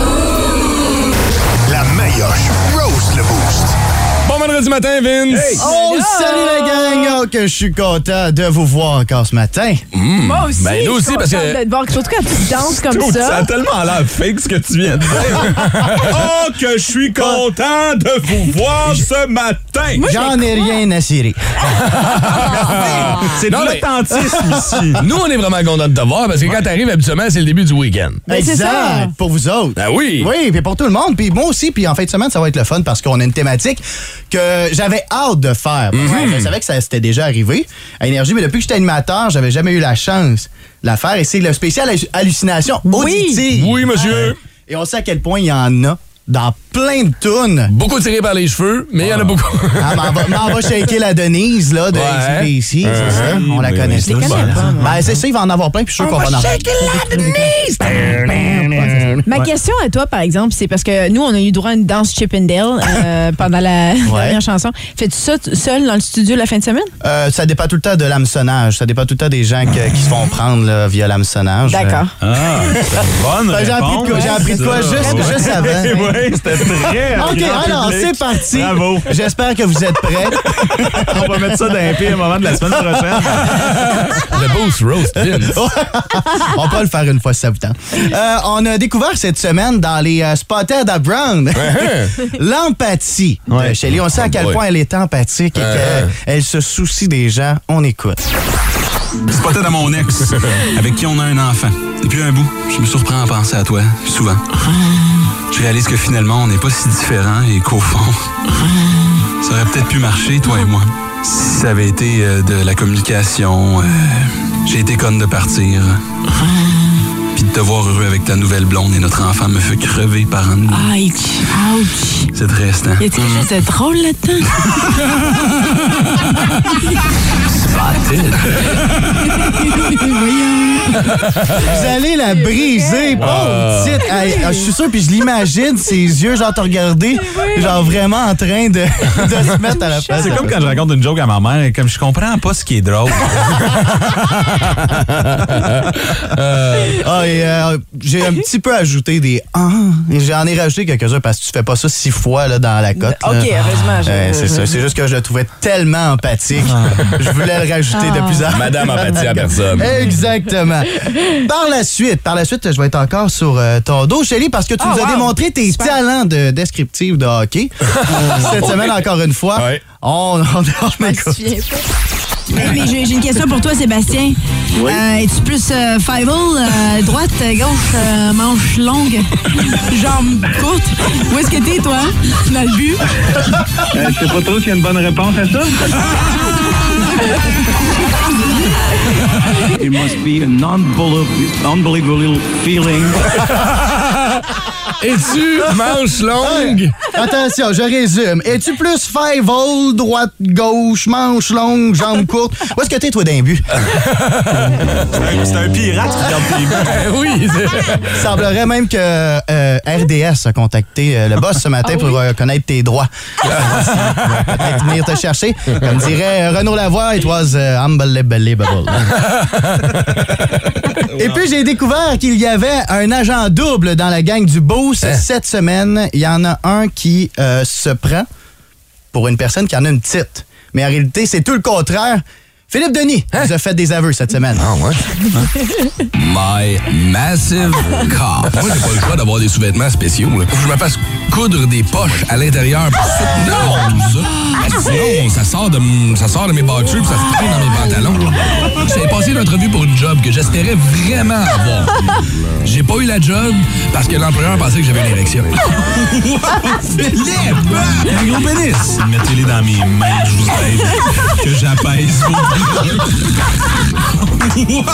S17: La Mayoche roast le boost.
S3: Bon vendredi matin, Vince!
S18: Oh, salut la gang! Oh, que je suis content de vous voir encore ce matin.
S4: Moi aussi.
S3: Ben, nous
S4: je suis
S3: aussi, parce
S4: contente
S3: que-
S4: de te voir, surtout quand tu danses comme
S3: Dude,
S4: ça.
S3: a tellement l'air fake ce que tu viens de dire. oh, que je suis content de vous voir ce matin.
S18: J'en ai rien à cirer.
S3: C'est de
S18: l'authenticisme
S3: ici. Nous, on est vraiment contents de te voir parce que quand t'arrives, habituellement, c'est le début du week-end.
S15: Ben,
S4: Ben,
S18: Exact. Pour vous autres.
S3: Ben oui.
S18: Oui, puis pour tout le monde. Puis moi aussi, puis en fin de semaine, ça va être le fun parce qu'on a une thématique que j'avais hâte de faire.
S3: Mhm.
S18: Parce que Je savais que ça s'était déjà arrivé à Énergie, mais depuis que j'étais animateur, j'avais jamais eu la chance de la faire. Et c'est le spécial hallu- hallucination auditive.
S3: Oui, monsieur.
S18: Et on sait à quel point il y en a dans plein de tunes.
S3: Beaucoup tiré par les cheveux, mais il y en a beaucoup.
S18: Ah, m'en va, m'en va shaker la Denise, là, de
S3: Ouais.
S18: ici,
S3: Uh-huh.
S18: c'est ça? On la
S3: Oui,
S18: connaît
S3: oui, je
S18: tous.
S3: les connais pas, moi.
S18: Ben, c'est ça, il va en avoir plein, puis je suis sûr qu'on va en avoir.
S4: Ma question à toi, par exemple, c'est parce que nous, on a eu droit à une danse Chippendale euh, pendant la dernière chanson. Fais-tu ça t- seul dans le studio la fin de semaine?
S18: Euh, ça dépend tout le temps de l'hameçonnage. Ça dépend tout le temps des gens que- qui se font prendre là, via l'hameçonnage.
S4: D'accord.
S5: Ah, bonne
S18: Ben, j'ai appris de quoi- j'ai appris de quoi juste- juste avant.
S5: oui, c'était très.
S18: OK,
S5: grand
S18: alors,
S5: public.
S18: c'est parti.
S5: Bravo.
S18: J'espère que vous êtes prêts.
S5: On va mettre ça dans un pire moment de la semaine prochaine.
S3: Le boost roast,
S18: on peut le faire une fois si ça vous tente. Euh, on a découvert cette semaine dans les euh, Spotted à Brown
S3: hein.
S18: l'empathie de Shelley. On sait à quel point elle est empathique et qu'elle elle se soucie des gens. On écoute.
S5: Spotted à mon ex, avec qui on a un enfant. Depuis un bout, je me surprends à penser à toi, souvent. Je réalise que finalement, on n'est pas si différents et qu'au fond, ça aurait peut-être pu marcher, toi et moi. Si ça avait été euh, de la communication, euh, j'ai été conne de partir. Puis de te voir heureux avec ta nouvelle blonde et notre enfant me fait crever par un bout.
S19: Aïe, ouch.
S5: C'est triste, hein?
S19: Y a-t-il quelque chose de drôle là-dedans?
S18: Vous allez la briser,
S4: Ah.
S18: pauvre
S17: Ouais.
S18: petite. Hey, ah, Je suis sûr, puis je l'imagine, ses yeux, genre, te regarder,
S4: Ah,
S18: genre vraiment en train de, de se mettre à la face.
S5: Ah, C'est comme quand je raconte une joke à ma mère, comme je comprends pas ce qui est drôle.
S18: Ah, et, euh, j'ai un petit peu ajouté des ah, et j'en ai rajouté quelques-uns parce que tu fais pas ça six fois là, dans la cote.
S4: Ok,
S18: là.
S4: heureusement, je-
S18: Ouais, c'est
S4: je-
S18: ça. C'est juste que je le trouvais tellement empathique. Je voulais le rajouter
S4: Ah.
S18: de plus en
S3: Ah. Madame empathie à personne.
S18: Exactement. Par la suite, par la suite, je vais être encore sur euh, ton dos, Shelly, parce que tu
S17: Ah,
S18: nous as
S17: wow.
S18: démontré tes talents de descriptif de hockey. Cette semaine, encore une fois, on, on, on écoute.
S19: Mais j'ai j'ai une question pour toi, Sébastien. Euh, Es-tu plus euh, five droite, euh, gauche, euh, manche longue, jambe courte? Où est-ce que t'es, toi, dans le but?
S18: Euh,
S11: je sais pas trop s'il y a une bonne réponse à ça.
S17: It must be an unbelievable little feeling.
S3: Es-tu manche longue?
S18: Attention, je résume. Es-tu plus five hole droite, gauche, manche longue, jambe courte? Où est-ce que t'es, toi, d'un but?
S5: C'est un pirate qui regarde
S3: Oui.
S18: Il semblerait même que euh, RDS a contacté euh, le boss ce matin pour euh, connaître tes droits. Il va Peut-être venir te chercher. Comme dirait euh, Renaud Lavoie, it was euh, unbelievable. Et puis, j'ai découvert qu'il y avait un agent double dans la gang du Beauce cette semaine. Il y en a un qui euh, se prend pour une personne qui en a une petite. Mais en réalité, c'est tout le contraire. Philippe Denis nous a fait des aveux cette semaine. Ah
S3: ouais? My massive car. Moi, j'ai pas le choix d'avoir des sous-vêtements spéciaux. là. Faut que je me fasse coudre des poches à l'intérieur pour soutenir tout ça. Sinon, ça sort de, m- ça sort de mes boxers puis ça se traîne dans mes pantalons. J'ai passé une entrevue pour une job que j'espérais vraiment avoir. J'ai pas eu la job parce que l'employeur pensait que j'avais une érection. Philippe! Il y a un gros pénis!
S5: Mettez-les dans mes mains, je vous aide. Que j'apaise
S17: Wow! Philippe!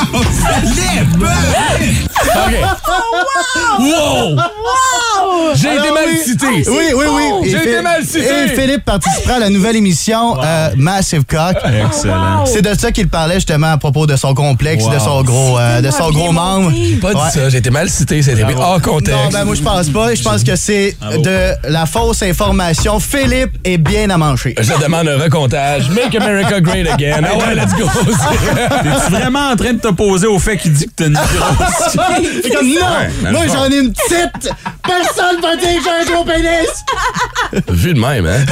S3: Wow! J'ai
S18: Alors
S3: été mal
S18: oui.
S3: cité.
S18: Oui, oui, oui. Et
S3: J'ai été
S18: Phil-
S3: mal cité.
S18: Et Philippe participera à la nouvelle émission euh, Massive Cock.
S5: Excellent.
S18: C'est de ça qu'il parlait justement à propos de son complexe, de son gros, euh, de son gros membre.
S3: J'ai pas dit
S18: Ouais.
S3: ça, j'ai été mal cité, c'était pris hors contexte.
S18: Non, ben moi je pense pas. Je pense que c'est de la fausse information. Philippe est bien à manger.
S5: Euh,
S3: Je demande un recomptage. Make America great again. Ah ouais, let's go.
S5: T'es-tu vraiment en train de t'opposer au fait qu'il dit que t'as une grosse?
S18: C'est comme,
S5: Ouais, dans le
S18: non, moi
S5: fond.
S18: j'en ai une petite. Personne va dire que j'ai un gros pénis.
S3: Vu de même, hein?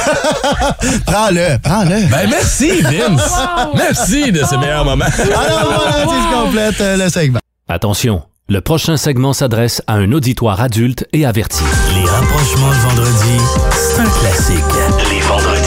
S18: prends-le, prends-le.
S3: Ben merci, Vince. Ah. Merci de ce meilleur moment.
S18: Alors voilà, c'est je complète euh, le segment.
S20: Attention, le prochain segment s'adresse à un auditoire adulte et averti.
S2: Les rapprochements le vendredi, c'est un classique. Les vendredis,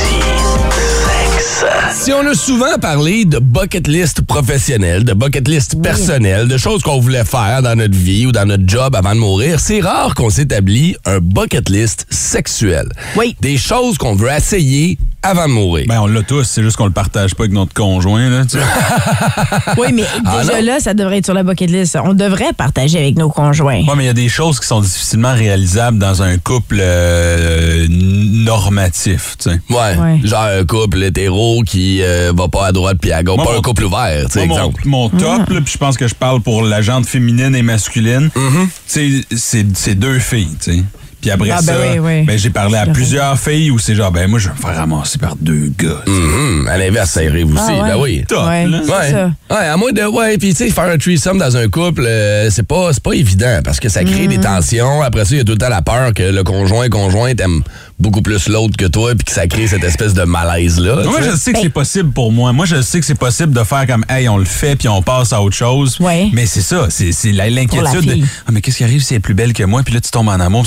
S2: sexe.
S3: Si on a souvent parlé de bucket list professionnelle, de bucket list personnelle, de choses qu'on voulait faire dans notre vie ou dans notre job avant de mourir, c'est rare qu'on s'établit un bucket list sexuel. Oui. Des choses qu'on veut essayer avant de mourir.
S5: Ben, on l'a tous, c'est juste qu'on le partage pas avec notre conjoint, là, tu sais.
S4: Oui, mais
S5: Ah,
S4: déjà
S5: non.
S4: là, ça devrait être sur la bucket list. On devrait partager avec nos conjoints.
S5: Ouais, mais il y a des choses qui sont difficilement réalisables dans un couple euh, n- normatif, tu sais.
S3: Ouais. Genre un couple hétéro qui euh, va pas à droite puis à gauche. pas un couple ouvert, tu sais,
S5: Moi,
S3: exemple.
S5: Mon, mon top, là, puis je pense que je parle pour la gente féminine et masculine, tu sais, c'est c'est deux filles, tu sais. Puis après
S3: Ah, ben
S5: ça,
S3: oui, oui.
S5: ben, j'ai parlé à
S3: Je le
S5: plusieurs filles où c'est genre, ben moi, je vais me faire ramasser par deux gars. tu sais.
S3: Mhm, à l'inverse, ça arrive aussi.
S5: Ah ouais.
S3: Ben oui.
S5: Top, Ouais, là. c'est
S3: ouais.
S5: ça.
S3: Ouais, à moins de. Ouais, puis tu sais, faire un threesome dans un couple, euh, c'est pas, c'est pas évident parce que ça crée
S5: Mm.
S3: des tensions. Après ça, il y a tout le temps la peur que le conjoint, conjointe aime beaucoup plus l'autre que toi puis que ça crée cette espèce de malaise-là.
S5: Moi,
S3: tu sais.
S5: je sais que
S4: Ben-
S5: c'est possible pour moi. Moi, je sais que c'est possible de faire comme, hey, on le fait, puis on passe à autre chose. Mais c'est ça, c'est c'est la-
S3: Pour
S5: l'inquiétude.
S3: la
S5: de,
S3: fille.
S5: Ah, mais qu'est-ce qui arrive si elle est plus belle que moi, puis là, tu tombes en amour.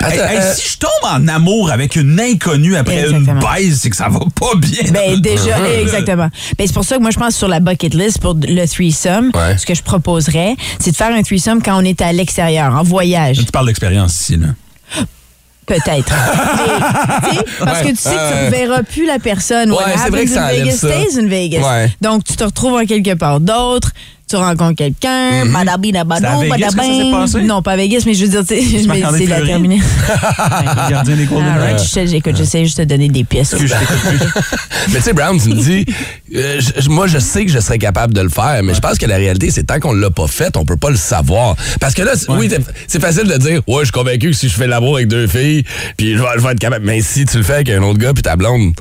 S5: Hey,
S3: Attends,
S5: hey,
S3: euh,
S5: Si je tombe en amour avec une inconnue après une
S4: Exactement.
S5: baise, c'est que ça va pas bien.
S4: Ben déjà, exactement. Ben, c'est pour ça que moi, je pense sur la bucket list pour le threesome, ce que je proposerais, c'est de faire un threesome quand on est à l'extérieur, en voyage,
S5: Tu parles d'expérience ici, là.
S4: peut-être. Mais, tu sais, parce que
S5: Ouais.
S4: tu sais que tu
S5: Euh.
S4: ne verras plus la personne.
S5: Ouais,
S4: What
S5: c'est vrai
S4: happens
S5: que ça
S4: in
S5: enlève
S4: Vegas
S5: ça.
S4: stays in Vegas.
S5: Ouais.
S4: Donc, tu te retrouves en quelque part d'autre, tu rencontres quelqu'un, badabina
S5: Mm-hmm. C'est à
S4: badou,
S5: Vegas que ça s'est
S4: badabin.
S5: passé?
S4: Non, pas à Vegas, mais je veux dire, tu sais, je
S5: m'as
S4: vais
S5: regardé
S4: essayer de la
S5: pleurer.
S4: terminer.
S5: Le gardien des Golden
S4: All right,
S5: Knights.
S4: je sais, j'écoute, j'essaie juste de te donner des pièces.
S3: Mais tu sais, Brown, tu me dis, euh, je- moi, je sais que je serais capable de le faire, mais je pense que la réalité, c'est tant qu'on l'a pas fait, on peut pas le savoir. Parce que là, c'est- oui, c'est- c'est facile de dire, ouais, je suis convaincu que si je fais de l'amour avec deux filles, puis je vais, je vais être capable. Mais si tu le fais avec un autre gars, puis ta blonde.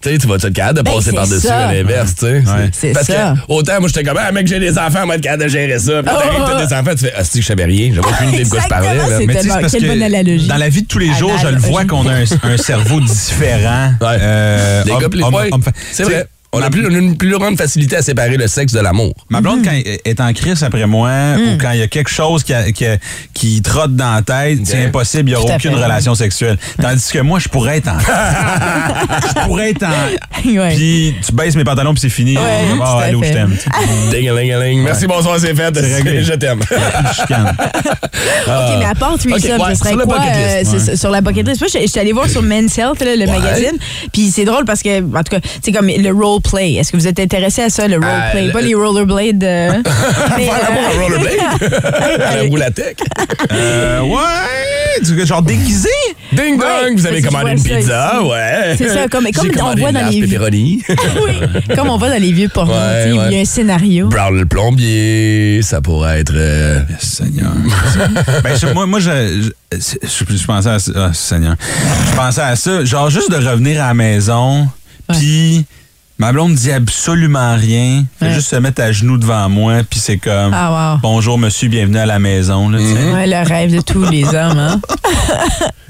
S3: Tu sais, tu vas être capable de
S2: Ben,
S3: passer
S2: c'est
S3: par-dessus
S2: ça.
S3: à l'inverse, tu sais.
S2: C'est
S3: Parce
S2: ça.
S3: que autant moi j'étais comme Ah mec j'ai des enfants, moi être capable de gérer ça. Puis là, t'arrives, t'as des enfants, tu fais Ah si je savais rien, j'avais aucune idée de quoi je parlais. là.
S5: Mais tu sais, c'est parce que Dans la vie de tous
S4: Ah,
S5: les jours, je le vois qu'on a un, un cerveau différent. Euh,
S3: Les gars,
S5: homme-
S3: puis les
S5: homme-
S3: fois,
S5: homme-
S3: c'est
S5: Tu sais,
S3: vrai. On a plus, une plus grande facilité à séparer le sexe de l'amour.
S5: Ma blonde, quand elle est en crise après
S3: Mm.
S5: moi, ou quand il y a quelque chose qui, a- qui, a- qui trotte dans la tête, c'est impossible, il n'y
S3: Tout
S5: aura
S3: à
S5: aucune
S3: fait.
S5: relation sexuelle. Tandis que moi, je pourrais être en. je pourrais être en. Puis tu baisses mes pantalons, puis c'est fini.
S3: Ouais,
S5: oh,
S3: tout à
S5: allô, je
S3: fait.
S5: t'aime.
S3: Ding-a-ling-a-ling. Merci, bonsoir, c'est fait.
S5: C'est réglé.
S3: Je t'aime.
S4: OK, mais à part threesome,
S3: Ah. Ok, ouais,
S4: ce serait
S3: sur la
S4: quoi
S3: bucket
S4: euh,
S3: list,
S4: c'est-
S3: ouais.
S4: sur la bucket list? Moi, je je suis allée voir sur Men's Health, là, le
S3: Ouais.
S4: magazine, puis c'est drôle parce que, en tout cas, c'est comme le role play. Est-ce que vous êtes intéressé à ça, le role
S3: Euh,
S4: play?
S3: le-
S4: Pas les rollerblades. euh, mais,
S3: Faire l'amour à
S4: euh,
S3: rollerblade? Ou la tech?
S5: Euh, ouais! Du, genre déguisé?
S3: Ding dong! vous avez
S4: parce que
S3: commandé une
S4: je vois ça
S3: pizza,
S4: ici.
S3: ouais.
S4: C'est ça, comme-
S3: J'ai
S4: comme on
S3: commandé
S4: voit
S3: une
S4: dans
S3: large
S4: les-
S3: pepperoni.
S4: Comme on va dans les vieux pornos,
S3: Ouais,
S4: tu sais, il y
S3: ouais.
S4: a un scénario.
S3: Brown le plombier, ça pourrait être. euh,
S5: Seigneur. ben, je- moi, moi je, je, je- je pensais à ça. Ah, Seigneur. Je pensais à ça. Genre, juste de revenir à la maison, puis ma blonde dit absolument rien. Fait juste se mettre à genoux devant moi, puis c'est comme
S4: Ah, wow. Mhm.
S5: Bonjour, monsieur, bienvenue à la maison. Là, tu sais.
S4: Ouais, le rêve de tous les hommes, hein?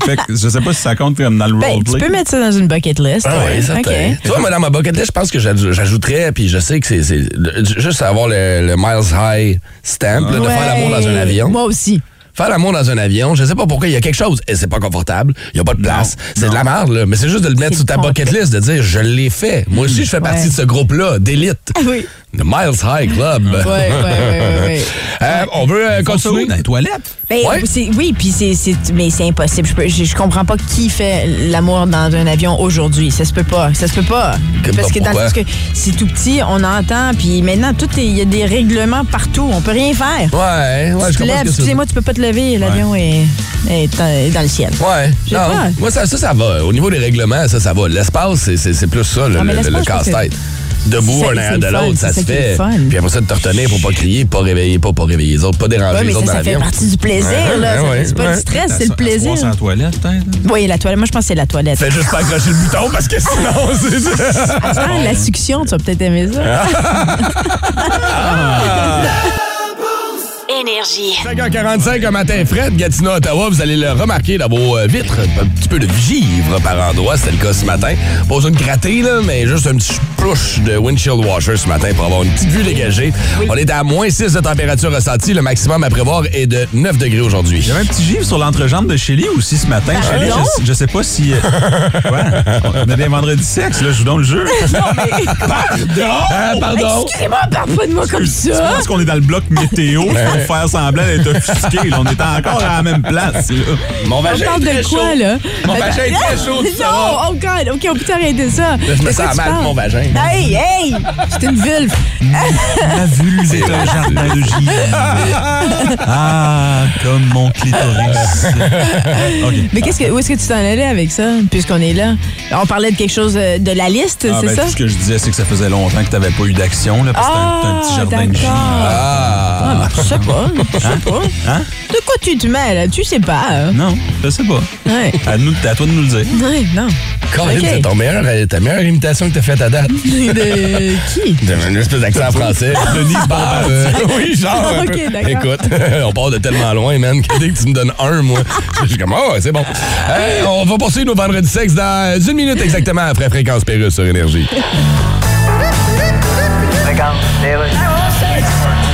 S5: Fait que je sais pas si ça compte comme dans le
S4: Ben, tu
S5: roleplay.
S4: peux mettre ça dans une bucket list.
S3: Ah oui,
S4: ouais.
S3: certain.
S4: OK.
S3: Tu vois, moi, dans ma bucket list, je pense que j'aj- j'ajouterais, puis je sais que c'est. c'est- le- Juste avoir le, le Miles High stamp, là, de
S4: Ouais.
S3: faire l'amour dans un avion.
S4: Moi aussi.
S3: Faire l'amour dans un avion, je sais pas pourquoi, il y a quelque chose. Et c'est pas confortable, il y a pas de place. C'est de la merde, là. Mais c'est juste de le mettre sur ta bucket list, de dire, je l'ai fait. Moi aussi, je fais partie de ce groupe-là, d'élite.
S4: Oui.
S3: The Miles High Club.
S4: Ouais, ouais, ouais, ouais, ouais.
S3: Euh, on veut euh, continuer. Dans les
S5: toilettes.
S4: Ben, c'est- Oui, puis c'est, c'est- mais c'est impossible. Je, peux- je, je comprends pas qui fait l'amour dans un avion aujourd'hui. Ça se peut pas. Ça se peut pas.
S3: Que-
S4: Parce que dans le
S3: pourquoi?
S4: sens que c'est tout petit, on entend, puis maintenant, tout est- il y a des règlements partout. On peut rien faire.
S3: Ouais, ouais,
S4: tu
S3: je
S4: te
S3: comprends ce
S4: lèves,
S3: que tu veux
S4: excusez-moi, tu peux pas te lever. L'avion est, est en- est dans le ciel.
S3: Ouais.
S4: Je sais
S3: Non,
S4: pas.
S3: Moi, ça, ça, ça va. Au niveau des règlements, ça, ça va. L'espace, c'est- c'est c'est plus ça, le,
S4: Ah, mais
S3: le- le
S4: l'espace, je pense que-
S3: casse-tête. Debout,
S4: C'est-
S3: un
S4: c'est
S3: derrière
S4: le
S3: de
S4: fun,
S3: l'autre, ça
S4: c'est
S3: se
S4: ça qui est
S3: fait.
S4: le fun.
S3: Puis après ça, de te retenir pour pas crier, pas réveiller, pas, pas réveiller les autres, pas déranger
S4: Ouais, mais
S3: les autres
S4: ça,
S3: dans
S4: ça fait
S3: l'avion.
S4: partie du plaisir, là. Ça- c'est pas du stress, c'est le plaisir.
S5: Asseoir sur la toilette, peut-être.
S4: Oui, la toilette. Moi, je pense que c'est la toilette.
S3: Fais juste pas accrocher le bouton parce que sinon, c'est
S4: Attends, la succion, tu vas peut-être aimer ça.
S1: Énergie.
S3: 5h45, un matin Fred, Gatineau, Ottawa, vous allez le remarquer dans vos euh, vitres. Un petit peu de givre par endroit, c'était le cas ce matin. Pas besoin de gratter, là, mais juste un petit push de windshield washer ce matin pour avoir une petite vue dégagée. On est à moins 6 de température ressentie. Le maximum à prévoir est de 9 degrés aujourd'hui.
S5: Il y avait un petit givre sur l'entrejambe de Shelly aussi ce matin.
S4: Bah,
S3: Ah,
S5: Shelly,
S3: non?
S5: je, je sais pas si. euh, ouais, on est bien vendredi sexe, là, je vous donne le jeu.
S3: Pardon! Ah, pardon!
S4: Excusez-moi, parle pas de moi comme
S5: Tu
S4: ça.
S5: penses qu'on est dans le bloc météo, il faut faire semblant d'être offusqué. là. On est encore à la même place. là.
S3: Mon
S4: On parle de quoi, là? Ben,
S5: Mon vagin est très chaud, ça
S4: Non,
S5: va.
S4: oh God, OK, on peut t'arrêter ça.
S5: Là, je me
S4: De quoi
S5: sens
S4: tu
S5: mal,
S4: parles?
S5: mon vagin.
S4: Hey, hey! C'est une vulve.
S5: La vulve est un jardin de givre. Ah, comme mon clitoris. OK.
S4: Mais qu'est-ce que, où est-ce que tu t'en allais avec ça, puisqu'on est là? On parlait de quelque chose euh, de la liste,
S5: Ah,
S4: c'est
S5: ben,
S4: ça?
S5: Tout ce que je disais, c'est que ça faisait longtemps que tu n'avais pas eu d'action, là, parce que t'as un- t'as un petit jardin de
S4: Ah, d'accord.
S5: givre.
S4: Ah, ben, je sais pas, je sais
S5: Hein?
S4: pas.
S5: Hein?
S4: De quoi tu te mêles? là? Tu sais pas. hein?
S5: Non, je sais pas.
S4: Ouais.
S5: À, nous, à toi de nous le dire.
S4: Ouais, non.
S3: Corinne,
S4: Ok.
S3: c'est ton meilleur, euh, ta meilleure imitation que t'as faite à date.
S4: De qui?
S3: Une espèce d'accent français. Denis Bombardier.
S4: Ah,
S3: oui, genre. un
S4: ben, Ok,
S3: peu.
S4: d'accord.
S3: Écoute, on part de tellement loin, man, que dès que tu me donnes un, moi, je suis comme, oh, c'est bon. Hey, on va poursuivre nos vendredis sexe dans une minute exactement après Fréquence Pérusse sur Énergie.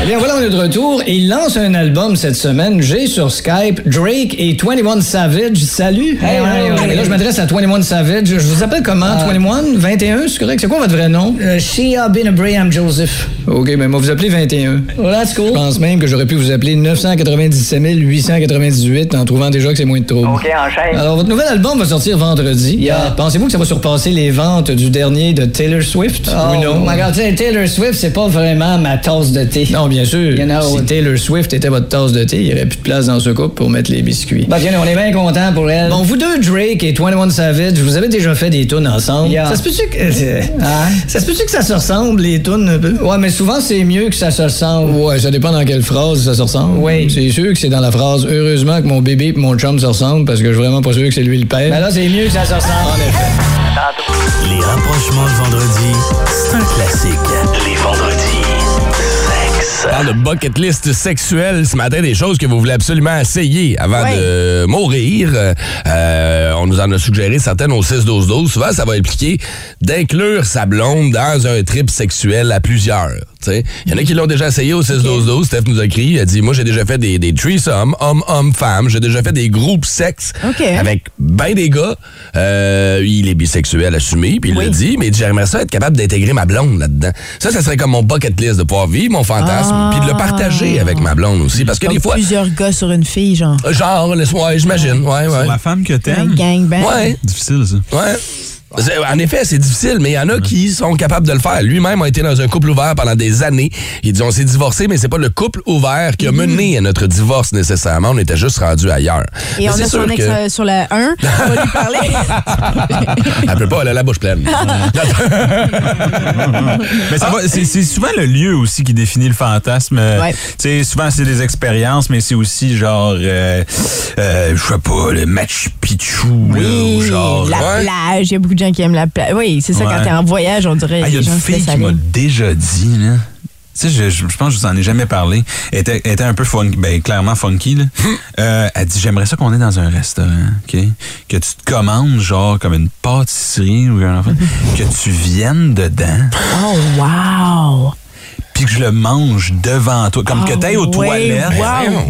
S13: Eh bien, voilà, on est de retour. Et il lance un album cette semaine. J'ai sur Skype Drake et 21 Savage. Salut! Hey, Et là, je m'adresse à 21 Savage. Je vous appelle comment? 21? 21? C'est correct? C'est quoi votre vrai nom? Shia bin Abraham Joseph. OK, ben moi, vous appelez 21. that's cool. Je pense même que j'aurais pu vous appeler 997 898 en trouvant déjà que c'est moins de trop. OK, enchaîne. Alors, votre nouvel album va sortir vendredi. Pensez-vous que ça va surpasser les ventes du dernier de Taylor Swift?
S6: Oh,
S13: ou non?
S6: my God, tu sais, Taylor Swift, c'est pas vraiment ma tasse de thé.
S13: Non, bien sûr.
S6: You know.
S13: si Taylor Swift était votre tasse de thé, il n'y aurait plus de place dans ce couple pour mettre les biscuits.
S6: Bah, bien, on est bien content pour elle.
S13: Bon, vous deux, Drake et 21 Savage, vous avez déjà fait des tunes ensemble.
S6: Yeah.
S13: Ça se peut-tu que. euh, Ça se peut-tu que ça se ressemble, les tunes un peu? Ouais, mais souvent, c'est mieux que ça se ressemble. Ouais, ça dépend dans quelle phrase ça se ressemble. Oui. C'est sûr que c'est dans la phrase Heureusement que mon bébé et mon chum se ressemblent parce que je suis vraiment pas sûr que Ben c'est lui le père.
S6: Mais là, c'est mieux que ça se ressemble.
S2: Les rapprochements le vendredi, c'est un classique. Les vendredis, sexe.
S3: On parle de bucket list sexuelle ce matin, des choses que vous voulez absolument essayer avant de mourir. Euh, euh, on nous en a suggéré certaines au 6-12-12. Souvent, ça va impliquer d'inclure sa blonde dans un trip sexuel à plusieurs. tu sais. Il y en a qui l'ont déjà essayé au 6-12-12. Steph nous a écrit, elle dit « Moi, j'ai déjà fait des, des threesomes, homme, homme, femme. J'ai déjà fait des groupes sexes
S4: OK.
S3: avec ben des gars. Euh, il est bisexuel assumé, puis il le dit, mais il dit, j'aimerais ça être capable d'intégrer ma blonde là-dedans. Ça, ça serait comme mon bucket list de pouvoir vivre mon fantasme, puis de le partager avec ma blonde aussi. Parce que
S4: Donc,
S3: des fois,
S4: Ah. plusieurs gars sur une fille, genre.
S3: euh, genre, le soir, j'imagine. Ouais, ouais.
S5: La femme que
S4: Un
S5: t'aimes.
S4: gangbang.
S3: Ouais.
S5: Difficile, ça.
S3: Ouais. C'est- En effet, c'est difficile, mais il y en a qui sont capables de le faire. Lui-même a été dans un couple ouvert pendant des années. Il dit on s'est divorcé, mais c'est pas le couple ouvert qui a
S4: Mhm.
S3: mené à notre divorce nécessairement. On était juste rendu ailleurs.
S4: Et
S3: Mais
S4: on
S3: c'est
S4: a
S3: sûr
S4: son ex
S3: que-
S4: euh, sur la 1. On va lui parler.
S3: Elle peut pas, elle a la bouche pleine.
S5: Mais ça va, c'est c'est souvent le lieu aussi qui définit le fantasme. Euh,
S4: Ah. Ouais.
S5: tu sais, Souvent, c'est des expériences, mais c'est aussi genre, euh, euh, je sais pas, le Machu Picchu, là, ou genre... euh,
S4: la
S5: Ouais.
S4: plage. Il y a beaucoup de gens qui aiment la plage. Oui, c'est ça, quand
S5: Ouais.
S4: t'es en voyage, on dirait.
S5: Ah, Il y a
S4: les gens
S5: une
S4: se
S5: fille
S4: laissent
S5: qui
S4: aller.
S5: m'a déjà dit, là. Tu sais, je, je- je pense que je vous en ai jamais parlé. Elle était, elle était un peu funky, ben, clairement funky. Là. Euh, elle dit J'aimerais ça qu'on est dans un restaurant, OK Que tu te commandes, genre, comme une pâtisserie ou un enfant, que tu viennes dedans.
S4: Oh, wow!
S5: puis que je le mange devant toi. Comme
S4: Ah,
S5: que t'ailles aux
S4: ouais,
S5: toilettes.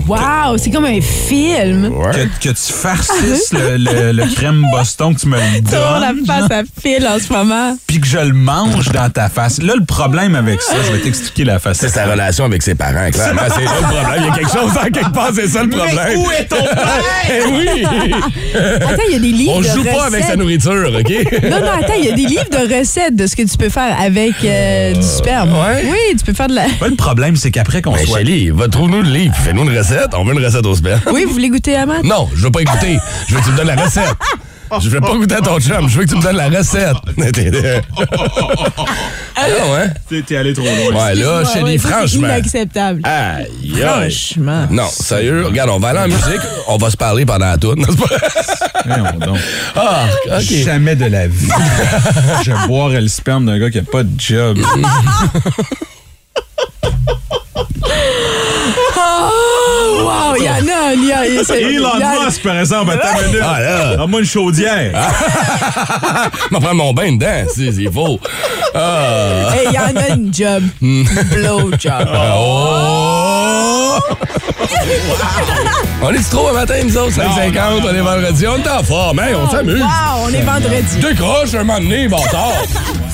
S4: Wow, wow, c'est comme un film.
S5: Que, que tu farcisses le, le- le crème Boston, que tu me le
S4: Tourne la
S5: donnes,
S4: face à fil en ce moment.
S5: puis que je le mange dans ta face. Là, le problème avec ça, je vais t'expliquer la face. C'est sa
S3: relation avec ses parents, clairement. C'est ça le problème. Il y a quelque chose, en quelque part, c'est ça le problème.
S5: Mais où est ton
S3: Eh oui!
S4: Attends, il y a des livres
S3: On
S4: de
S3: joue pas avec sa
S4: recettes.
S3: nourriture, OK?
S4: Non, non, attends, il y a des livres de recettes de ce que tu peux faire avec euh, du sperme. Oui, tu peux faire de la.
S5: Le problème, c'est qu'après qu'on
S3: soit. Chélie, va trouve-nous le livre, puis fais-nous une recette. On veut une recette au sperme.
S4: Oui, vous voulez goûter à Matt?
S3: Non, je veux pas écouter. Je veux que tu me donnes la recette. Je veux pas goûter à ton chum. Je veux que tu me donnes la recette. non, hein?
S5: T'es- T'es allé trop loin.
S3: Ouais, là,
S4: Excuse-moi,
S3: Chélie,
S4: ouais, ça, c'est
S3: franchement.
S4: Inacceptable.
S3: Aïe, aïe.
S4: Franchement.
S3: Non, sérieux, regarde, on va aller en musique, on va se parler pendant la tourne. Ah, ok.
S5: Jamais de la vie. je boirais le sperme d'un gars qui a pas de job.
S4: Oh, wow, il y en a, il y a. il y a- c'est- il y a-
S5: Ah! Elon Musk, par exemple, à ta minute.
S3: Ah, là. Ah,
S5: Donne-moi une chaudière.
S3: Je vais prendre mon bain dedans, si, c'est faux. Ah.
S4: Hey, il y en a une job. Blow job.
S3: Oh! On est trop un matin, nous autres, 5h50, on est vendredi, on est en forme, hein, on s'amuse.
S4: Oh, wow, on est vendredi.
S3: Décroche un moment donné, bâtard.